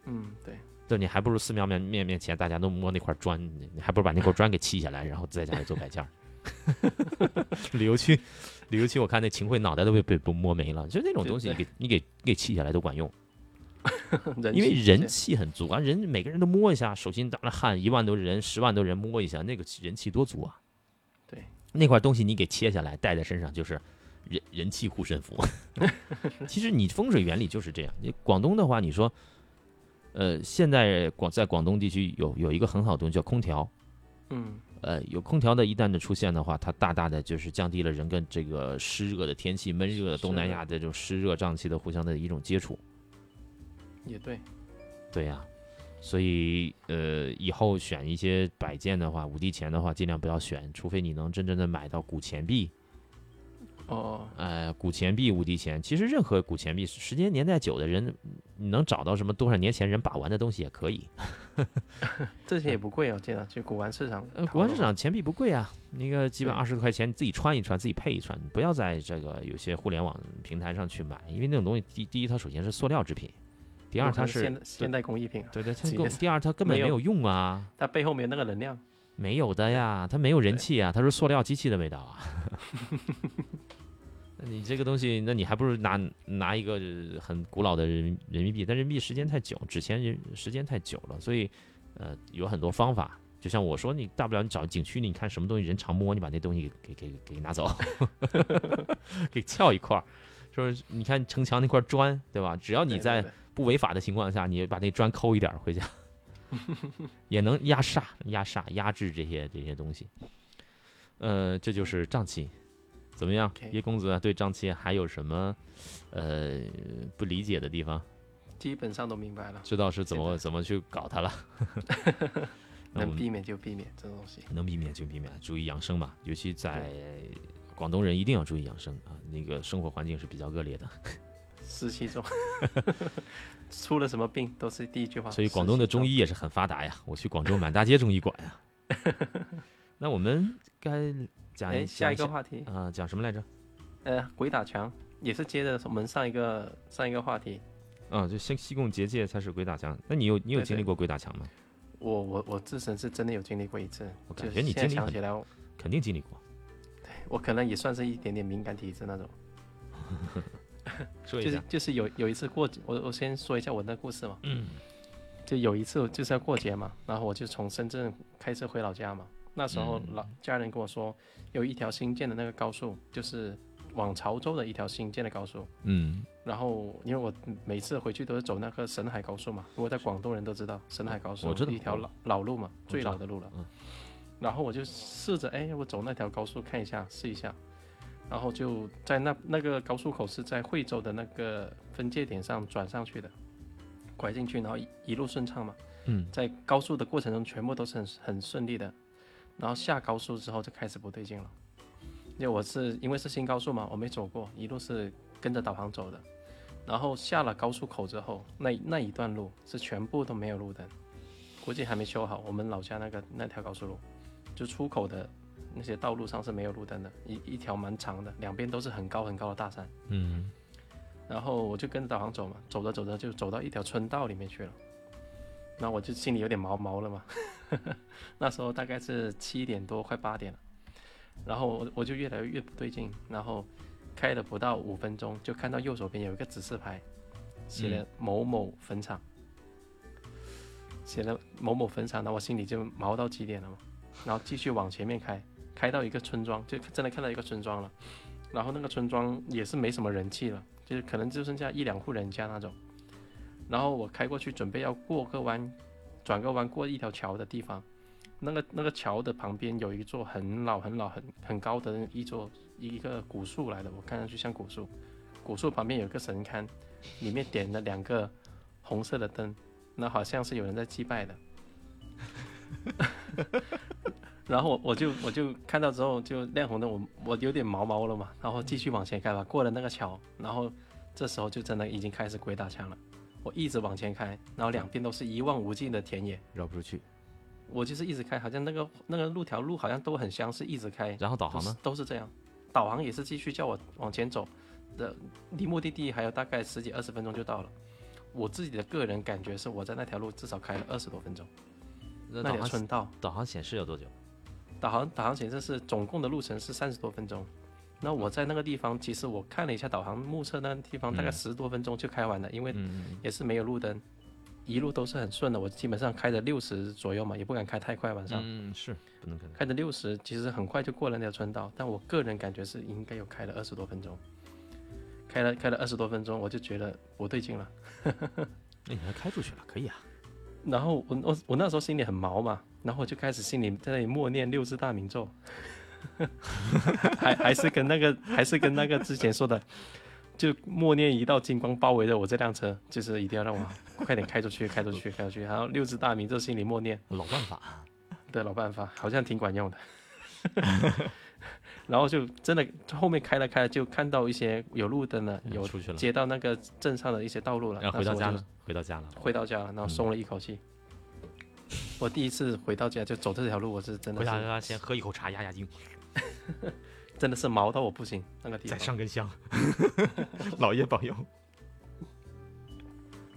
Speaker 2: 嗯，对，
Speaker 1: 对，你还不如寺庙面面面前大家都摸那块砖，你还不如把那块砖给砌下来，然后在家里做摆件儿。 (laughs) 旅游区，旅游区，我看那秦桧脑袋都被被被摸没了。就那种东西，你给你给你给气下来都管用，
Speaker 2: 人
Speaker 1: 因为
Speaker 2: 气
Speaker 1: 人气很足啊，人每个人都摸一下，手心打了汗，一万多人、十万多人摸一下，那个人气多足啊。
Speaker 2: 对，
Speaker 1: 那块东西你给切下来带在身上，就是人人气护身符。 (laughs) 其实你风水原理就是这样。你广东的话，你说，呃，现在广在广东地区有有一个很好的东西叫空调，
Speaker 2: 嗯
Speaker 1: 呃，有空调的一旦的出现的话，它大大的就是降低了人跟这个湿热的天气、闷热的
Speaker 2: 是
Speaker 1: 东南亚的这种湿热胀气的互相的一种接触。
Speaker 2: 也对，
Speaker 1: 对呀、所以呃，以后选一些摆件的话，五帝钱的话，尽量不要选，除非你能真正的买到古钱币。
Speaker 2: 哦，
Speaker 1: 呃，古钱币、五帝钱，其实任何古钱币，时间年代久的人，你能找到什么多少年前人把玩的东西也可以。
Speaker 2: 这些也不贵啊，我记得去古玩市场淘的
Speaker 1: 呃，
Speaker 2: 话，
Speaker 1: 古玩市场钱币不贵啊，那个基本
Speaker 2: 对
Speaker 1: 二十块钱，你自己穿一穿，自己配一穿，你不要在这个有些互联网平台上去买，因为那种东西，第第一，它首先是塑料制品，第
Speaker 2: 有
Speaker 1: 二
Speaker 2: 可
Speaker 1: 它
Speaker 2: 能
Speaker 1: 是
Speaker 2: 现现代工艺品啊，
Speaker 1: 对对，它
Speaker 2: 自己
Speaker 1: 根
Speaker 2: 的
Speaker 1: 第二它根本
Speaker 2: 没
Speaker 1: 没有
Speaker 2: 有
Speaker 1: 用啊，
Speaker 2: 它背后没有那个能量，
Speaker 1: 没有的呀，它没有人
Speaker 2: 对
Speaker 1: 气啊，它是塑料机器的味道
Speaker 2: (laughs)
Speaker 1: 啊。那你这个东西，那你还不如拿拿一个呃很古老的人人民币，但人民币时间太久，纸钱人时间太久了，所以呃有很多方法。就像我说，你大不了你找景区，你看什么东西人常摸，你把那东西给给给给拿走， (laughs) 给撬一块儿，就是你看城墙那块砖，对吧？只要你
Speaker 2: 对对
Speaker 1: 在
Speaker 2: 对
Speaker 1: 不违法的情况下，你把那砖抠一点儿回家，也能压煞、压煞、压制这些这些东西。呃，这就是瘴气，怎么样
Speaker 2: OK
Speaker 1: 叶公子啊对瘴气还有什么呃不理解的地方？
Speaker 2: 基本上都明白了，
Speaker 1: 知道是怎
Speaker 2: 现
Speaker 1: 么
Speaker 2: 在
Speaker 1: 怎么去搞它了？那我
Speaker 2: 能
Speaker 1: 们
Speaker 2: 避免就避免这种东西。
Speaker 1: 能避免就避免，注意养生嘛，尤其在广东人一定要注意养生啊，那个生活环境是比较恶劣的。
Speaker 2: 湿
Speaker 1: (laughs)
Speaker 2: 气重，出了什么病都是第一句话。
Speaker 1: 所以广东的中
Speaker 2: 医
Speaker 1: 医也啊是很发达呀。我去广州满大街中医馆呀。那我们该讲
Speaker 2: 哎，下一个话题，
Speaker 1: 啊、讲什么来着？
Speaker 2: 呃，鬼打墙也是接着我们上一个上一个话题，
Speaker 1: 啊，就西西贡结界才是鬼打墙。那你有你有
Speaker 2: 对
Speaker 1: 经历
Speaker 2: 对
Speaker 1: 过鬼打墙吗？
Speaker 2: 我我我自身是真的有经历过一次，
Speaker 1: 我
Speaker 2: 就
Speaker 1: 感
Speaker 2: 是
Speaker 1: 觉你
Speaker 2: 现在
Speaker 1: 经历
Speaker 2: 想
Speaker 1: 很
Speaker 2: 起来我，
Speaker 1: 肯定经历过。
Speaker 2: 我可能也算是一点点敏感体质那种，
Speaker 1: 说
Speaker 2: 就是就是有有一次过节，我我先说一下我那故事嘛，嗯，就有一次就是要过节嘛，然后我就从深圳开车回老家嘛，那时候
Speaker 1: 嗯
Speaker 2: 老家人跟我说有一条新建的那个高速，就是往潮州的一条新建的高速，
Speaker 1: 嗯，
Speaker 2: 然后因为我每次回去都是走那个沈海高速嘛，如果在广东人都知道沈海高速，
Speaker 1: 我知道
Speaker 2: 一条老老路嘛，
Speaker 1: 我知
Speaker 2: 最
Speaker 1: 道
Speaker 2: 老的路了。
Speaker 1: 嗯
Speaker 2: 然后我就试着，哎，我走那条高速看一下，试一下。然后就在那那个高速口是在惠州的那个分界点上转上去的，拐进去，然后一一路顺畅嘛。
Speaker 1: 嗯，
Speaker 2: 在高速的过程中，全部都是很很顺利的。然后下高速之后就开始不对劲了，因为我是因为是新高速嘛，我没走过，一路是跟着导航走的。然后下了高速口之后，那那一段路是全部都没有路灯，估计还没修好。我们老家那个那条高速路，就出口的那些道路上是没有路灯的，一一条蛮长的，两边都是很高很高的大山。
Speaker 1: 嗯，
Speaker 2: 然后我就跟着导航走嘛，走着走着就走到一条村道里面去了。那我就心里有点毛毛了嘛， (laughs) 那时候大概是七点多，快八点了。然后我我就越来越不对劲，然后开了不到五分钟，就看到右手边有一个指示牌，写了某某坟场，写了某某坟场，那我心里就毛到极点了嘛。然后继续往前面开，开到一个村庄，就真的看到一个村庄了。然后那个村庄也是没什么人气了，就是可能就剩下一两户人家那种。然后我开过去，准备要过个弯，转个弯过一条桥的地方，那个那个桥的旁边有一座很老很老很很高的一座一个古树来的，我看上去像古树。古树旁边有一个神龛，里面点了两个红色的灯，那好像是有人在祭拜的。 (laughs) 然后我我就我就看到之后就亮红灯，我我有点毛毛了嘛，然后继续往前开吧，过了那个桥，然后这时候就真的已经开始鬼打墙了。我一直往前开，然后两边都是一望无际的田野，
Speaker 1: 绕不出去。
Speaker 2: 我就是一直开，好像那个那个路条路好像都很相似，一直开。
Speaker 1: 然后导
Speaker 2: 都
Speaker 1: 航
Speaker 2: 是
Speaker 1: 呢？
Speaker 2: 都是这样，导航也是继续叫我往前走，的离目的地还有大概十几二十分钟就到了。我自己的个人感觉是，我在那条路至少开了二十多分钟，
Speaker 1: 那
Speaker 2: 那
Speaker 1: 导
Speaker 2: 条
Speaker 1: 航
Speaker 2: 村道
Speaker 1: 导航显示要多久？
Speaker 2: 导航导航显示是总共的路程是三十多分钟。那我在那个地方，其实我看了一下导航目测，那个地方大概
Speaker 1: 嗯
Speaker 2: 十多分钟就开完了，因为
Speaker 1: 嗯，
Speaker 2: 也是没有路灯，一路都是很顺的。我基本上开着六十左右嘛，也不敢开太快，晚上、
Speaker 1: 嗯是不能看
Speaker 2: 开着六十，其实很快就过了那条村道。但我个人感觉是应该有开了二十多分钟，开了开了二十多分钟，我就觉得不对劲了。
Speaker 1: 那你还开出去了，可以啊。
Speaker 2: 然后我我我那时候心里很毛嘛，然后我就开始心里在那里默念六字大明咒， (laughs) 还还是跟那个还是跟那个之前说的，就默念一道金光包围着我这辆车，就是一定要让我快点开出去，开出去，开出去。然后六字大明咒心里默念
Speaker 1: 老办 (laughs) 法，
Speaker 2: 的老办法，好像挺管用的。然后就真的后面开了开了，就看到一些有路灯了，有
Speaker 1: 出去了，
Speaker 2: 接到那个镇上的一些道路了，
Speaker 1: 然后回
Speaker 2: 那时
Speaker 1: 到家
Speaker 2: 候我就
Speaker 1: 了，回到家了，
Speaker 2: 回到家，然后松了一口气。我第一次回到家就走这条路，我是真
Speaker 1: 回到
Speaker 2: 的
Speaker 1: 家先喝一口茶压压惊，
Speaker 2: 是真的是毛到我不行那个地
Speaker 1: 再
Speaker 2: 方。
Speaker 1: 上根 (laughs) 香，老爷保佑。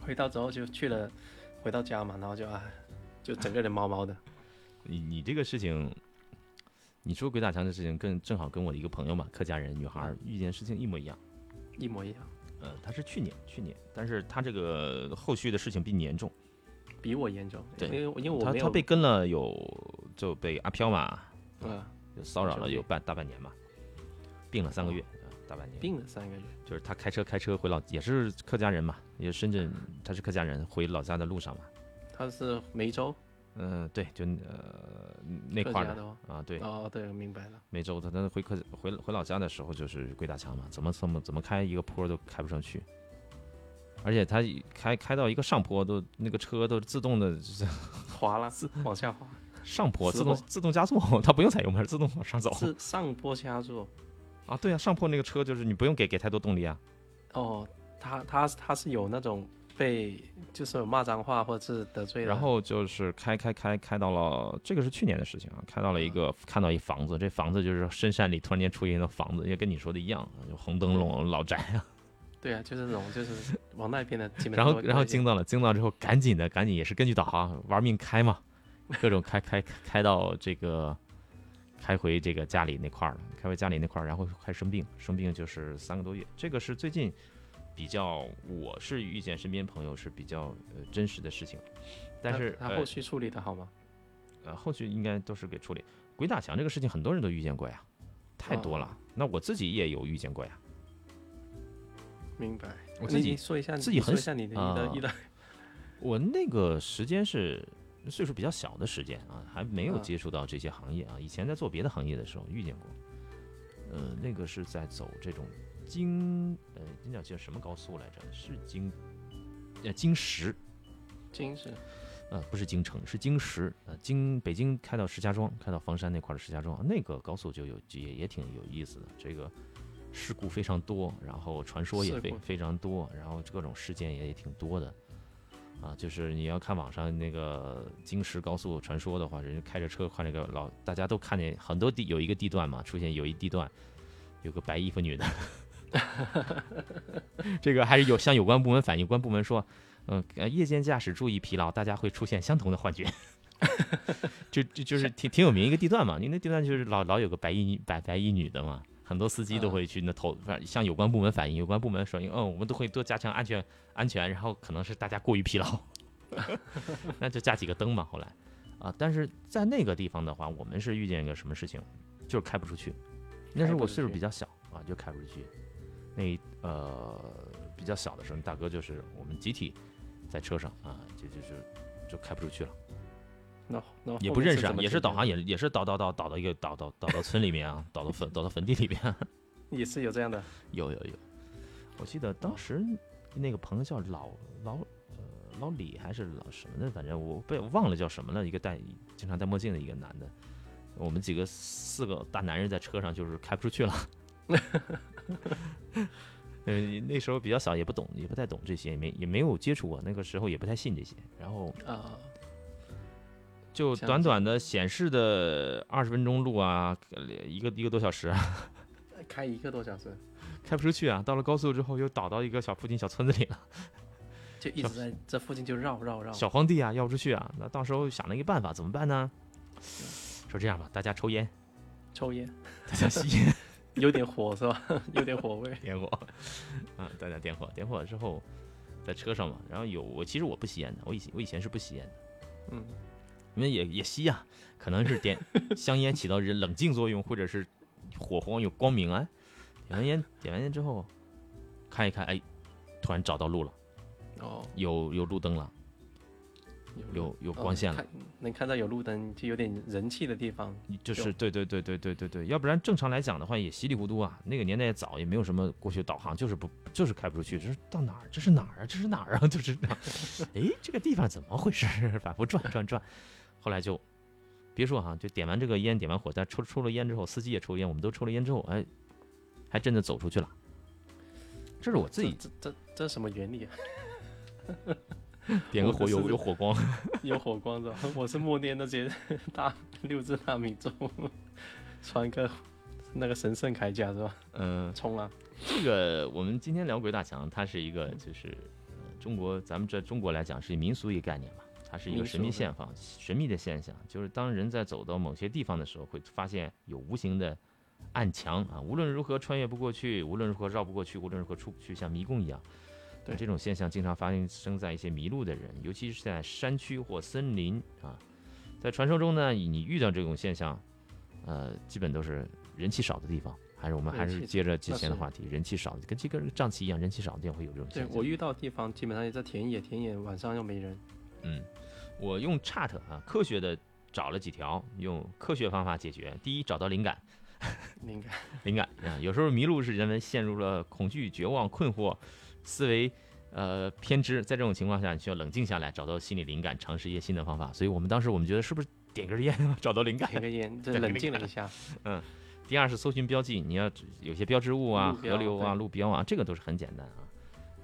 Speaker 2: 回到之后就去了，回到家嘛，然后就啊，就整个人毛毛的。
Speaker 1: 你你这个事情，你说鬼打墙的事情，跟正好跟我的一个朋友嘛，客家人女孩儿遇见事情一模一样。
Speaker 2: 一模一样，
Speaker 1: 呃，她是去年去年，但是她这个后续的事情比你严重。
Speaker 2: 比我严重。
Speaker 1: 对
Speaker 2: 因为因为我
Speaker 1: 她
Speaker 2: 没有
Speaker 1: 她被跟了有就被阿飘嘛
Speaker 2: 呃
Speaker 1: 就骚扰
Speaker 2: 兄
Speaker 1: 了
Speaker 2: 弟
Speaker 1: 有半大半年嘛，病了三个月，呃大半年。
Speaker 2: 哦病了三个月，
Speaker 1: 就是她开车开车回老也是客家人嘛，也是深圳，她是客家人，回老家的路上嘛。
Speaker 2: 他是梅州
Speaker 1: 嗯、对，就呃那
Speaker 2: 客
Speaker 1: 块儿
Speaker 2: 家
Speaker 1: 的
Speaker 2: 的哦。
Speaker 1: 啊，对，
Speaker 2: 哦，对，我明白了。
Speaker 1: 每周他他回客回回老家的时候就是鬼打墙嘛，怎么怎么怎么开一个坡都开不上去，而且他一开开到一个上坡都那个车都自动的就是 (laughs)
Speaker 2: 滑了，往下滑，
Speaker 1: 上坡
Speaker 2: 死
Speaker 1: 自动
Speaker 2: 火
Speaker 1: 自动加速， (laughs) 他不用踩油门，自动往上走
Speaker 2: 是上坡下坐。
Speaker 1: 啊。对啊，上坡那个车就是你不用给给太多动力啊，
Speaker 2: 哦，他他他是有那种被就是有骂脏话或者是得罪了，
Speaker 1: 然后就是开开开开到了，这个是去年的事情啊，开到了一个看到一房子，这房子就是深山里突然间出现的房子，也跟你说的一样，就红灯笼老宅啊。
Speaker 2: 对啊，就是那种就是往那边的，基本
Speaker 1: 然
Speaker 2: 上
Speaker 1: 后
Speaker 2: 都会
Speaker 1: 然后
Speaker 2: 过一遍
Speaker 1: 惊到了，惊到之后赶紧的，赶紧也是根据导航玩命开嘛，各种开开开开到这个，开回这个家里那块儿了，开回家里那块儿，然后开始生病，生病就是三个多月，这个是最近比较，我是遇见身边朋友是比较呃真实的事情，但
Speaker 2: 那
Speaker 1: 是呃哎
Speaker 2: 他后续处理的好吗？
Speaker 1: 呃呃后续应该都是给处理。鬼打墙这个事情很多人都遇见过呀，太
Speaker 2: 哦
Speaker 1: 多了，那我自己也有遇见过呀，
Speaker 2: 明白。
Speaker 1: 我
Speaker 2: 你
Speaker 1: 自己
Speaker 2: 你说一下，
Speaker 1: 自
Speaker 2: 你
Speaker 1: 己很
Speaker 2: 说一下你的一
Speaker 1: 啊
Speaker 2: 的一的，
Speaker 1: 我那个时间是岁数比较小的时间啊，还没有
Speaker 2: 嗯
Speaker 1: 接触到这些行业啊。以前在做别的行业的时候遇见过，呃，那个是在走这种京呃，那叫叫什么高速来着？是京呃京石
Speaker 2: 精神
Speaker 1: 呃，不是京城，是京石呃，京北京开到石家庄，开到房山那块儿的石家庄，那个高速就有也也挺有意思的。这个事故非常多，然后传说也
Speaker 2: 事
Speaker 1: 非
Speaker 2: 故
Speaker 1: 非常多，然后各种事件也也挺多的。啊，就是你要看网上那个京石高速传说的话，人家开着车看那个老，大家都看见很多地有一个地段嘛，出现有一地段有个白衣服女的， (laughs) 这个还是有向有关部门反映，有关部门说，嗯、呃，夜间驾驶注意疲劳，大家会出现相同的幻觉。就就就是挺挺有名一个地段嘛，你那地段就是老老有个白衣女白白衣女的嘛，很多司机都
Speaker 2: 嗯
Speaker 1: 会去那投，反正向有关部门反映，有关部门说，嗯，我们都会多加强安全安全，然后可能是大家过于疲劳， (laughs) 那就加几个灯嘛。后来啊，但是在那个地方的话，我们是遇见一个什么事情，就是开不出去。那时候我岁数比较小啊，就开不出去。那呃比较小的时候，大哥就是我们集体在车上啊，就就就就开不出去了。
Speaker 2: 那那
Speaker 1: 也
Speaker 2: 后
Speaker 1: 不
Speaker 2: 面
Speaker 1: 认识，
Speaker 2: 怎
Speaker 1: 啊，
Speaker 2: 么
Speaker 1: 也
Speaker 2: 解
Speaker 1: 是
Speaker 2: 决
Speaker 1: 导航，
Speaker 2: 的，
Speaker 1: 也也是导导导导到一个导到导到村里面啊，导到坟导到坟地里面啊、 (laughs)
Speaker 2: 也是有这样的，
Speaker 1: 有有有，我记得当时那个朋友叫老老呃老李还是老什么的，反正我被我忘了叫什么了，一个戴经常戴墨镜的一个男的，我们几个四个大男人在车上就是开不出去了。 (laughs) 嗯，那时候比较小，也不懂，也不太懂这些，也没也没有接触过，那个时候也不太信这些。然后
Speaker 2: 啊，
Speaker 1: 就
Speaker 2: 像
Speaker 1: 短
Speaker 2: 这
Speaker 1: 短的显示的二十分钟路啊，呃一个一个多小时啊， (laughs)
Speaker 2: 开一个多小时，
Speaker 1: 开不出去啊。到了高速之后，又倒到一个小附近小村子里了，
Speaker 2: 就一
Speaker 1: 小
Speaker 2: 直在这附近就绕绕绕，
Speaker 1: 小荒地啊，要不出去啊。那到时候想了一个办法，怎么办呢？说这样吧，大家抽烟，
Speaker 2: 抽烟，
Speaker 1: 大家吸烟，
Speaker 2: 有点火是吧？ (laughs) 有点火味。
Speaker 1: 点火，啊，大家点火，点火之后在车上嘛，然后有我其实我不吸烟的，我以前我以前是不吸烟的，
Speaker 2: 嗯，
Speaker 1: 因为也也吸呀、可能是点香烟起到人冷静作用，或者是火光有光明啊。点完烟，点完烟之后，看一看，哎，突然找到路了，
Speaker 2: 哦，
Speaker 1: 有有路灯了，有有光线了。
Speaker 2: 看能看到有路灯，就有点人气的地方。
Speaker 1: 你就
Speaker 2: 就是
Speaker 1: 对对对对对对对，要不然正常来讲的话也稀里糊涂啊。那个年代也早，也没有什么过去导航，就是不就是开不出去，这是到哪儿？这是哪儿啊？这是哪儿啊？ (laughs) 就是哪儿？哎，这个地方怎么回事？ (laughs) 反复转转转，后来就别说哈、就点完这个烟，点完火，但抽抽了烟之后，司机也抽烟，我们都抽了烟之后，哎，还真的走出去了。这是我自己
Speaker 2: 这这这这什么原理啊？
Speaker 1: 点个火
Speaker 2: 我
Speaker 1: 有
Speaker 2: 是
Speaker 1: 有火 (laughs) 光，
Speaker 2: 有火光的，我是默念那些大 (laughs) 六字大明咒，穿个那个神圣铠甲是吧？
Speaker 1: 嗯、
Speaker 2: 冲啊！
Speaker 1: 这个我们今天聊鬼打墙，它是一个
Speaker 2: 嗯
Speaker 1: 就是、呃中国咱们在中国来讲是民俗一个概念嘛，它是一个
Speaker 2: 民俗
Speaker 1: 神秘
Speaker 2: 对
Speaker 1: 现象，神秘的现象，就是当人在走到某些地方的时候，会发现有无形的暗墙啊，无论如何穿越不过去，无论如何绕不过去，无论如何出不去，像迷宫一样。
Speaker 2: 对
Speaker 1: 这种现象经常发生在一些迷路的人，尤其是在山区或森林啊。在传说中呢，你遇到这种现象，呃，基本都是人气少的地方，还是我们还
Speaker 2: 人
Speaker 1: 是
Speaker 2: 气
Speaker 1: 接着之
Speaker 2: 那
Speaker 1: 前的
Speaker 2: 是
Speaker 1: 话题，人气少，跟这个瘴气一样，人气少的地方会有这种现
Speaker 2: 对
Speaker 1: 象。
Speaker 2: 我遇到的地方基本上也在田野，田野晚上又没人。
Speaker 1: 嗯，我用 chart 啊，科学的找了几条，用科学方法解决。第一，找到灵感，
Speaker 2: (laughs) 灵感
Speaker 1: 灵感啊，有时候迷路是人们陷入了恐惧、绝望、困惑，思维。呃，偏执，在这种情况下，你需要冷静下来，找到心理灵感，尝试一些新的方法。所以我们当时我们觉得，是不是点根烟， (laughs) 找到灵感？
Speaker 2: 点个烟，这
Speaker 1: 对
Speaker 2: 冷
Speaker 1: 灵
Speaker 2: 静了
Speaker 1: 感
Speaker 2: 一下。
Speaker 1: 第二是搜寻标记，你要有些标志物啊、
Speaker 2: 路
Speaker 1: 河
Speaker 2: 标
Speaker 1: 流啊、
Speaker 2: 对
Speaker 1: 路标啊，这个都是很简单啊。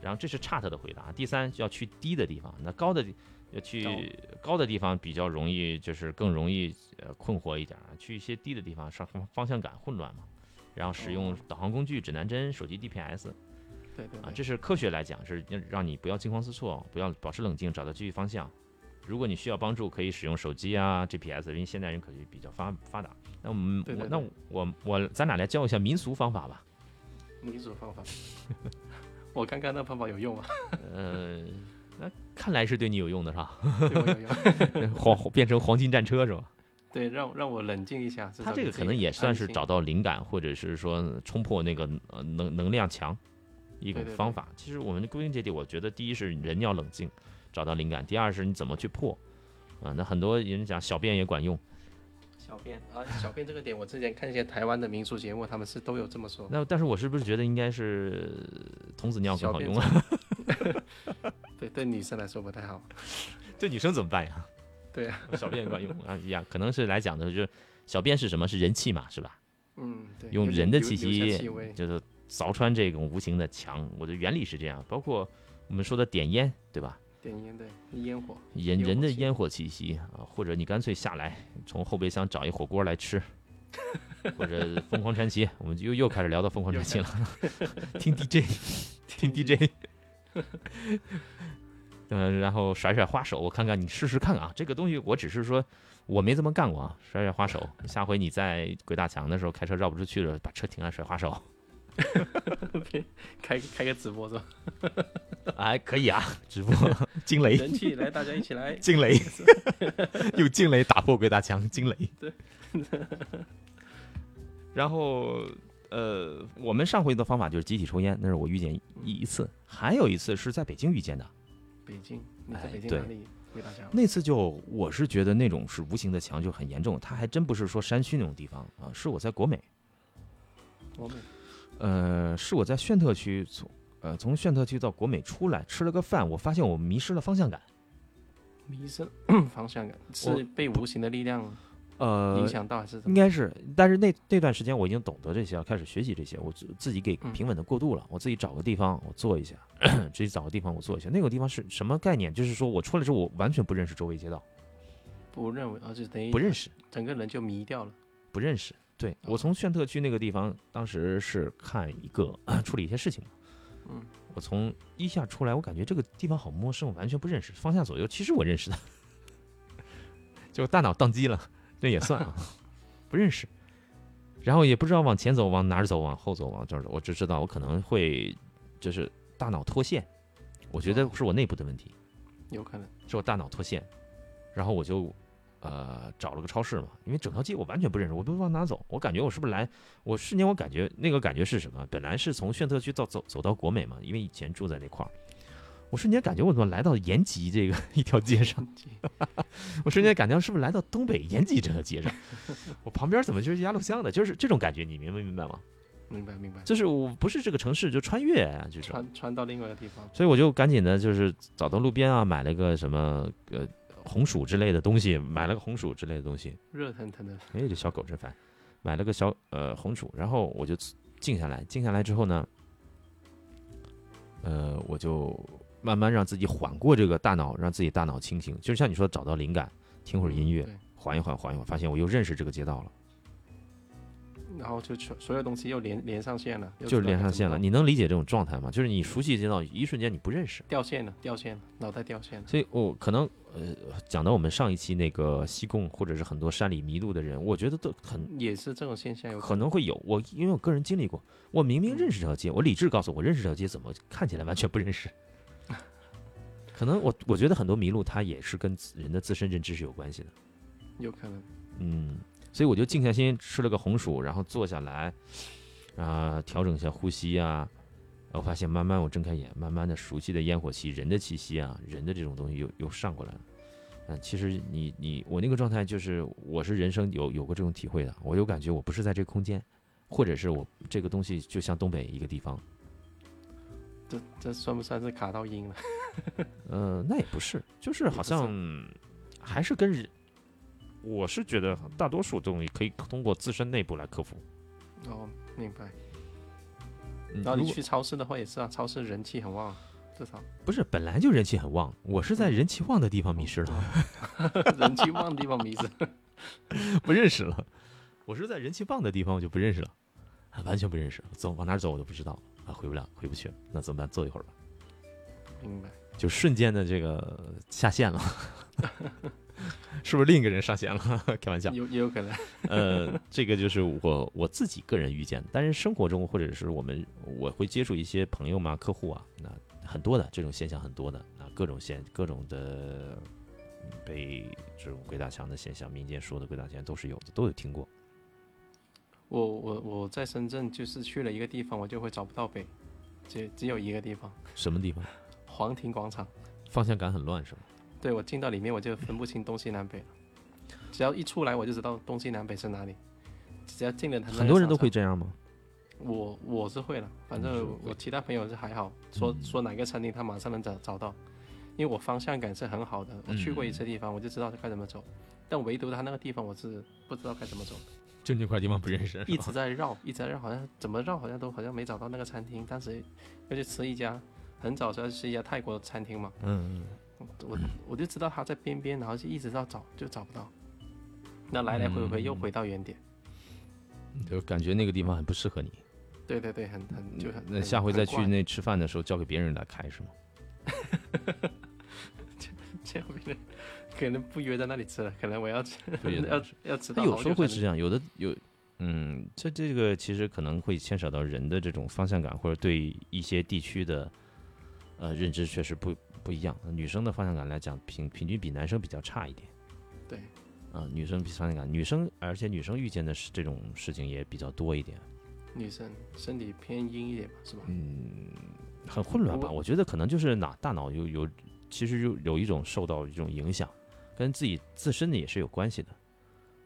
Speaker 1: 然后这是 chart 的回答。第三要去低的地方，那高的地要去高的地方比较容易，就是更容易呃困惑一点啊。去一些低的地方，上方向感混乱嘛。然后使用
Speaker 2: 哦
Speaker 1: 导航工具、指南针、手机 DPS
Speaker 2: 对对
Speaker 1: 啊，
Speaker 2: 对
Speaker 1: 这是科学来讲，是让让你不要惊慌失措，不要保持冷静，找到继续方向。如果你需要帮助，可以使用手机啊、GPS，因为现代人可是比较发发达。那我们
Speaker 2: 对
Speaker 1: 我
Speaker 2: 对
Speaker 1: 那
Speaker 2: 对
Speaker 1: 我我咱俩来教一下民俗方法吧。
Speaker 2: 民主方法。 (laughs) 我刚刚那方法有用吗？啊 (laughs)
Speaker 1: 呃，那看来是对你有用的是
Speaker 2: (laughs)
Speaker 1: 吧？ (laughs)
Speaker 2: 对我有用。
Speaker 1: 黄变成黄金战车是吧？
Speaker 2: 对，让让我冷静一下。至
Speaker 1: 他
Speaker 2: 少
Speaker 1: 这
Speaker 2: 给
Speaker 1: 个
Speaker 2: 自
Speaker 1: 可
Speaker 2: 己
Speaker 1: 能也
Speaker 2: 安
Speaker 1: 算是
Speaker 2: 心
Speaker 1: 找到灵感，或者是说冲破那个呃能能量墙一种
Speaker 2: 对对对
Speaker 1: 方法。其实我们归根结底，我觉得第一是人要冷静，找到灵感；第二是你怎么去破。啊，那很多人讲小便也管用，
Speaker 2: 小便啊，小便这个点，我之前看一些台湾的民俗节目，他们是都有这么说。
Speaker 1: 那但是我是不是觉得应该是呃童子尿更
Speaker 2: 小
Speaker 1: 好
Speaker 2: 便
Speaker 1: 用啊？
Speaker 2: 对，对女生来说不太好。
Speaker 1: (laughs) 这女生怎么办呀？
Speaker 2: (laughs) 对啊，
Speaker 1: 小便也管用啊呀，可能是来讲的就是小便是什么？是人气嘛，是吧？
Speaker 2: 嗯，对，
Speaker 1: 用
Speaker 2: 有
Speaker 1: 人的
Speaker 2: 留
Speaker 1: 气
Speaker 2: 留
Speaker 1: 息
Speaker 2: 下气味，
Speaker 1: 就是凿穿这种无形的墙。我的原理是这样，包括我们说的点烟，对吧？
Speaker 2: 点烟对烟火，
Speaker 1: 人
Speaker 2: 烟
Speaker 1: 人
Speaker 2: 火
Speaker 1: 的
Speaker 2: 气
Speaker 1: 烟火气息啊，或者你干脆下来从后备箱找一火锅来 (laughs) 吃，或者疯狂传奇，我们就又又开始聊到疯狂传奇了，听 (laughs) DJ，听 (laughs) DJ。嗯，然后甩甩花手，我看看你试试看啊。这个东西我只是说我没这么干过啊，甩甩花手。下回你在鬼大墙的时候开车绕不出去了，把车停下来甩花手。
Speaker 2: 开开个直播是吧？
Speaker 1: (laughs) 哎，可以啊，直播 (laughs) 惊雷，。
Speaker 2: 人气来，大家一起来
Speaker 1: (laughs) 惊雷，用惊雷打破鬼打墙，惊雷。对。 (laughs) 然后，呃，我们上回的方法就是集体抽烟，那是我遇见一一次，还有一次是在北京遇见的。
Speaker 2: 北京，你在
Speaker 1: 哎
Speaker 2: 北京
Speaker 1: 对
Speaker 2: 哪里？回答家。
Speaker 1: 那次就我是觉得那种是无形的墙就很严重，它还真不是说山区那种地方啊，是我在国美，
Speaker 2: 我们
Speaker 1: 呃，是我在炫特区从呃从炫特区到国美出来吃了个饭，我发现我迷失了方向感。
Speaker 2: 迷失嗯方向感，是被无形的力量
Speaker 1: 呃，
Speaker 2: 影响到还是怎
Speaker 1: 应
Speaker 2: 么？
Speaker 1: 该是，但是那那段时间我已经懂得这些了，开始学习这些，我自自己给
Speaker 2: 嗯
Speaker 1: 平稳的过渡了。我自己找个地方我坐一下， (clears throat) 自己找个地方我坐一下。那个地方是什么概念？就是说我出来之后，我完全不认识周围街道，
Speaker 2: 不认为，而且等于
Speaker 1: 不认识，
Speaker 2: 整个人就迷掉了。
Speaker 1: 不认识。对我从炫特区那个地方，当时是看一个处理一些事情嘛。
Speaker 2: 嗯，
Speaker 1: 我从一下出来，我感觉这个地方好 (laughs) 陌生，我完全不认识方向左右。其实我认识的，就是大脑宕机了，那也算啊，不认识，然后也不知道往前走，往哪儿走，往后走，往这儿走，我只知道我可能会就是大脑脱线，我觉得是我内部的问题，
Speaker 2: 有可能。
Speaker 1: 是我大脑脱线，然后我就呃找了个超市嘛，因为整条街我完全不认识，我不知道往哪走，我感觉我是不是来，我瞬间我感觉那个感觉是什么？本来是从炫特区到走走到国美嘛，因为以前住在那块儿，我瞬间感觉我怎么来到延吉这个一条街上，我瞬间感觉是不是来到东北延吉这条街上？ (laughs) 我旁边怎么就是鸭绿江的？就是这种感觉，你明白明白吗？
Speaker 2: 明白明白。
Speaker 1: 就是我不是这个城市就穿越啊，就是
Speaker 2: 穿穿到另外一个地方，
Speaker 1: 所以我就赶紧的，就是找到路边啊，买了个什么呃红薯之类的东西，买了个红薯之类的东西。
Speaker 2: 热腾腾的，
Speaker 1: 哎，这小狗真烦，买了个小呃红薯，然后我就静下来，静下来之后呢，呃，我就慢慢让自己缓过这个大脑，让自己大脑清醒，就是像你说找到灵感，听会儿音乐，
Speaker 2: 对，
Speaker 1: 缓一缓，缓一缓，发现我又认识这个街道了，
Speaker 2: 然后就全所有东西又连连上线了，又
Speaker 1: 就
Speaker 2: 知道
Speaker 1: 连
Speaker 2: 该
Speaker 1: 上
Speaker 2: 怎么
Speaker 1: 线了。
Speaker 2: 弄
Speaker 1: 你能理解这种状态吗？就是你熟悉街道，一瞬间你不认识。
Speaker 2: 掉线了，掉线了，脑袋掉线了。
Speaker 1: 所以我、可能呃讲到我们上一期那个西贡，或者是很多山里迷路的人，我觉得都很
Speaker 2: 也是这种现象有可
Speaker 1: 可能会有。我因为我个人经历过，我明明认识这条街，我理智告诉我认识这条街，怎么看起来完全不认识？ (laughs) 可能我我觉得很多迷路，它也是跟自人的自身认知是有关系的。
Speaker 2: 有可能，
Speaker 1: 嗯，所以我就静下心吃了个红薯，然后坐下来，啊、调整一下呼吸啊。我发现慢慢我睁开眼，慢慢的熟悉的烟火气、人的气息啊，人的这种东西又又上过来了。嗯，其实你你我那个状态就是，我是人生有有过这种体会的，我有感觉我不是在这个空间，或者是我这个东西就像东北一个地方，
Speaker 2: 这这算不算是卡到音了？
Speaker 1: 呃，那也不是，就是好
Speaker 2: 不是
Speaker 1: 像还是跟人，我是觉得大多数东西可以通过自身内部来克服。
Speaker 2: 哦，明白。
Speaker 1: 嗯
Speaker 2: 然后
Speaker 1: 如
Speaker 2: 你
Speaker 1: 果
Speaker 2: 去超市的话也是啊，超市人气很旺，至少
Speaker 1: 不是，本来就人气很旺，我是在人气旺的地方迷失了，
Speaker 2: (laughs) 人气旺的地方迷失。
Speaker 1: (laughs) 不认识了。我是在人气旺的地方，我就不认识了，啊完全不认识，走往哪儿走我都不知道啊，回不了，回不去了，那怎么办？坐一会儿吧，
Speaker 2: 明白，
Speaker 1: 就瞬间的这个下线了， (laughs) 是不是另一个人上线了？ (laughs) 开玩笑，
Speaker 2: 有也有可能。
Speaker 1: 呃，这个就是我我自己个人遇见的，但是生活中或者是我们我会接触一些朋友嘛、客户啊，那很多的这种现象很多的，那各种现各种的嗯被这种鬼打墙的现象，民间说的鬼打墙都是有的，都有听过。
Speaker 2: 我我我在深圳就是去了一个地方，我就会找不到北，只只有一个地方，
Speaker 1: 什么地方
Speaker 2: 皇庭广场。
Speaker 1: 方向感很乱是吗？
Speaker 2: 对我进到里面我就分不清东西南北了，只要一出来我就知道东西南北是哪里。只要进了它那个
Speaker 1: 很多人都
Speaker 2: 商场
Speaker 1: 会这样吗？
Speaker 2: 我我是会了，
Speaker 1: 嗯
Speaker 2: 反
Speaker 1: 你是嗯
Speaker 2: 正
Speaker 1: 会
Speaker 2: 我其他朋友是还好，说说哪个餐厅他马上能找找到，因为我方向感是很好的，我
Speaker 1: 嗯
Speaker 2: 去过一次地方我就知道该怎么走，但唯独他那个地方我是不知道该
Speaker 1: (laughs)
Speaker 2: 怎么走，
Speaker 1: 就那块地方不认识
Speaker 2: 一直在绕，一直在绕，好像怎么绕好像都好像没找到那个餐厅，当时要去吃一家，很早时候吃一家泰国餐厅嘛，
Speaker 1: 嗯，
Speaker 2: 我我就知道他在边边，然后就一直到找就找不到，那来来回回又回到原点，
Speaker 1: 就感觉那个地方很不适合你。
Speaker 2: 对对对，很很就很
Speaker 1: 嗯那
Speaker 2: 很
Speaker 1: 下回
Speaker 2: 很
Speaker 1: 再去
Speaker 2: 怪
Speaker 1: 那吃饭的时候，交给别人来开是吗？
Speaker 2: 这样别人可能不约在那里吃了，可能我要吃，
Speaker 1: 不约在那
Speaker 2: (laughs) 要
Speaker 1: 里
Speaker 2: 要吃到
Speaker 1: 他
Speaker 2: 好久
Speaker 1: 有时候会
Speaker 2: 才
Speaker 1: 是这样，有的有，嗯，这这个其实可能会牵扯到人的这种方向感，或者对一些地区的呃认知确实不不一样。女生的方向感来讲，平平均比男生比较差一点。
Speaker 2: 能。对，
Speaker 1: 啊、女生比方向感，女生而且女生遇见的是这种事情也比较多一点，
Speaker 2: 女生身体偏阴一点吧，是吧？
Speaker 1: 嗯很混乱吧？
Speaker 2: 我
Speaker 1: 我觉得可能就是脑大脑有有，其实有有一种受到一种影响，跟自己自身的也是有关系的。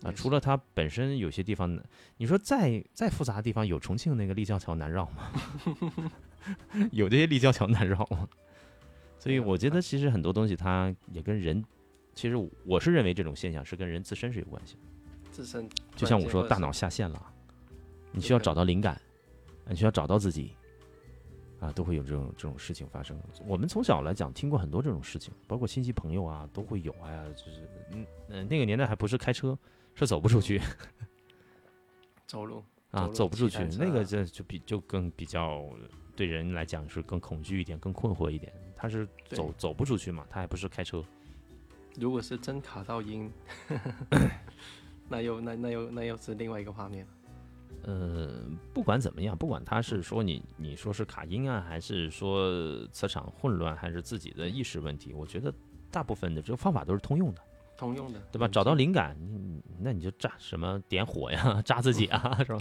Speaker 1: 啊，
Speaker 2: 也
Speaker 1: 除了它本身有些地方，你说再再复杂的地方，有重庆那个立交桥难绕吗？ (laughs) 有这些立交桥难绕吗？所以我觉得，其实很多东西它也跟人，其实我是认为这种现象是跟人自身是有关系的。
Speaker 2: 自身
Speaker 1: 就像我
Speaker 2: 软件
Speaker 1: 说，
Speaker 2: 或者
Speaker 1: 大
Speaker 2: 是
Speaker 1: 脑下线了啊，你需要找到灵感，你需要找到自己，啊，都会有这种这种事情发生。我们从小来讲，听过很多这种事情，包括亲戚朋友啊，都会有。哎呀，就是嗯呃，那个年代还不是开车，是走不出去。
Speaker 2: 走路
Speaker 1: 啊，
Speaker 2: 走
Speaker 1: 走
Speaker 2: 路
Speaker 1: 不
Speaker 2: 骑
Speaker 1: 出去
Speaker 2: 单，车
Speaker 1: 那个
Speaker 2: 啊
Speaker 1: 这就比就更比较对人来讲是更恐惧一点，更困惑一点。他是
Speaker 2: 对
Speaker 1: 走走不出去嘛，他还不是开车，
Speaker 2: 如果是真卡到音， (laughs) 那又那那又那又是另外一个画面。
Speaker 1: 呃，不管怎么样，不管他是说你你说是卡音啊，还是说磁场混乱，还是自己的意识问题，我觉得大部分的这个方法都是通用的，
Speaker 2: 通用的，
Speaker 1: 对吧？
Speaker 2: 嗯
Speaker 1: 找到灵感，你那你就炸什么点火呀， (laughs) 炸自己啊，是
Speaker 2: (laughs)
Speaker 1: 吧？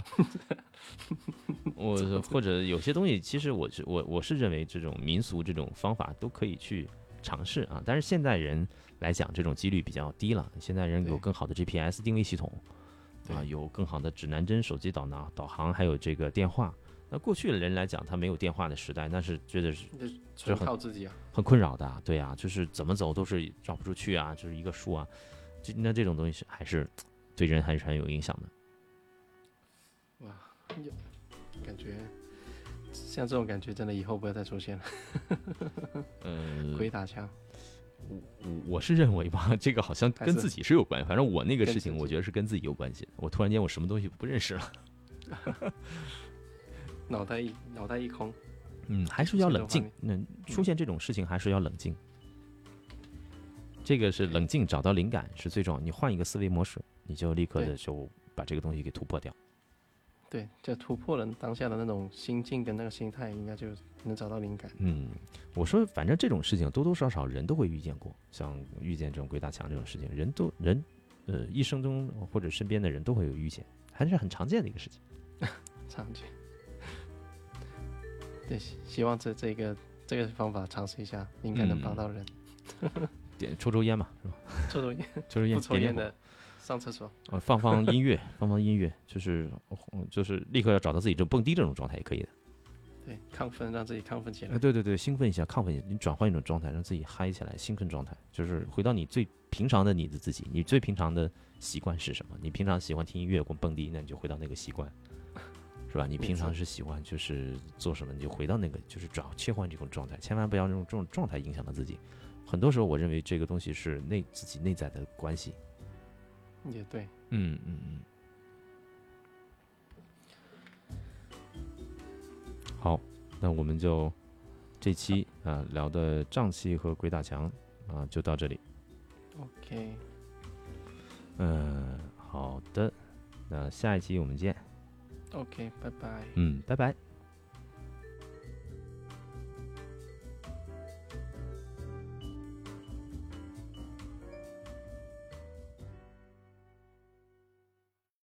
Speaker 1: 我或者有些东西，其实我是我我是认为这种民俗这种方法都可以去尝试啊，但是现代人来讲，这种几率比较低了。现代人有
Speaker 2: 对
Speaker 1: 更好的 GPS 定位系统，
Speaker 2: 对
Speaker 1: 啊，有更好的指南针、手机导航、导航，还有这个电话。那过去的人来讲，他没有电话的时代，那是觉得是
Speaker 2: 就是纯
Speaker 1: 很
Speaker 2: 靠自己啊。
Speaker 1: 很困扰的啊，对啊，就是怎么走都是绕不出去啊，就是一个树啊，这那这种东西是还是对人还是很有影响的。
Speaker 2: 哇，有感觉像这种感觉真的以后不要再出现了。 (laughs)
Speaker 1: 嗯，
Speaker 2: 鬼打墙，
Speaker 1: 我我是认为吧，这个好像
Speaker 2: 还
Speaker 1: 跟
Speaker 2: 是
Speaker 1: 自己是有关系。反正我那个
Speaker 2: 跟
Speaker 1: 事
Speaker 2: 自
Speaker 1: 情，我
Speaker 2: 己
Speaker 1: 觉得是跟自己有关系的。我突然间我什么东西不认识
Speaker 2: (laughs)
Speaker 1: 了，
Speaker 2: 脑袋一脑袋一空，
Speaker 1: 嗯，还是要冷静。那
Speaker 2: 嗯
Speaker 1: 出现这种事情还是要冷静。这个是冷静，找到灵感是最重要。你换一个思维模式，你就立刻的
Speaker 2: 对
Speaker 1: 就把这个东西给突破掉。
Speaker 2: 对，就突破了当下的那种心境跟那个心态，应该就能找到灵感。
Speaker 1: 嗯，我说，反正这种事情多多少少人都会遇见过，像遇见这种鬼打墙这种事情，人都人，呃，一生中或者身边的人都会有遇见，还是很常见的一个事情。
Speaker 2: 场景。 (laughs) 对，希希望这这个这个方法尝试一下，应该能帮
Speaker 1: 嗯
Speaker 2: 到人。 (laughs)
Speaker 1: 点抽抽烟嘛，是吧？(laughs)
Speaker 2: 抽抽烟，
Speaker 1: 抽抽烟，
Speaker 2: 不抽
Speaker 1: 点
Speaker 2: 烟
Speaker 1: 点火
Speaker 2: 的上厕所。
Speaker 1: 呃，放放音乐，放放音乐，就是嗯就是立刻要找到自己这种蹦迪这种状态也可以的。
Speaker 2: 对，亢奋让自己亢奋起
Speaker 1: 哎，
Speaker 2: 来。
Speaker 1: 对对对，兴奋一下，亢奋一下，你转换一种状态，让自己嗨起来，兴奋状态，就是回到你最平常的你的自己，你最平常的习惯是什么？你平常喜欢听音乐或蹦迪，那你就回到那个习惯，是吧？你
Speaker 2: 没
Speaker 1: 平常
Speaker 2: 错
Speaker 1: 是喜欢就是做什么，你就回到那个，就是转切换这种状态，千万不要用这种状态影响到自己。很多时候，我认为这个东西是内自己内在的关系。
Speaker 2: 也对，
Speaker 1: 嗯嗯嗯。好，那我们就这期啊、聊的瘴气和鬼打墙啊、就到这里。
Speaker 2: ，OK，
Speaker 1: 嗯、好的，那下一期我们见。
Speaker 2: OK，拜拜。
Speaker 1: 嗯，拜拜。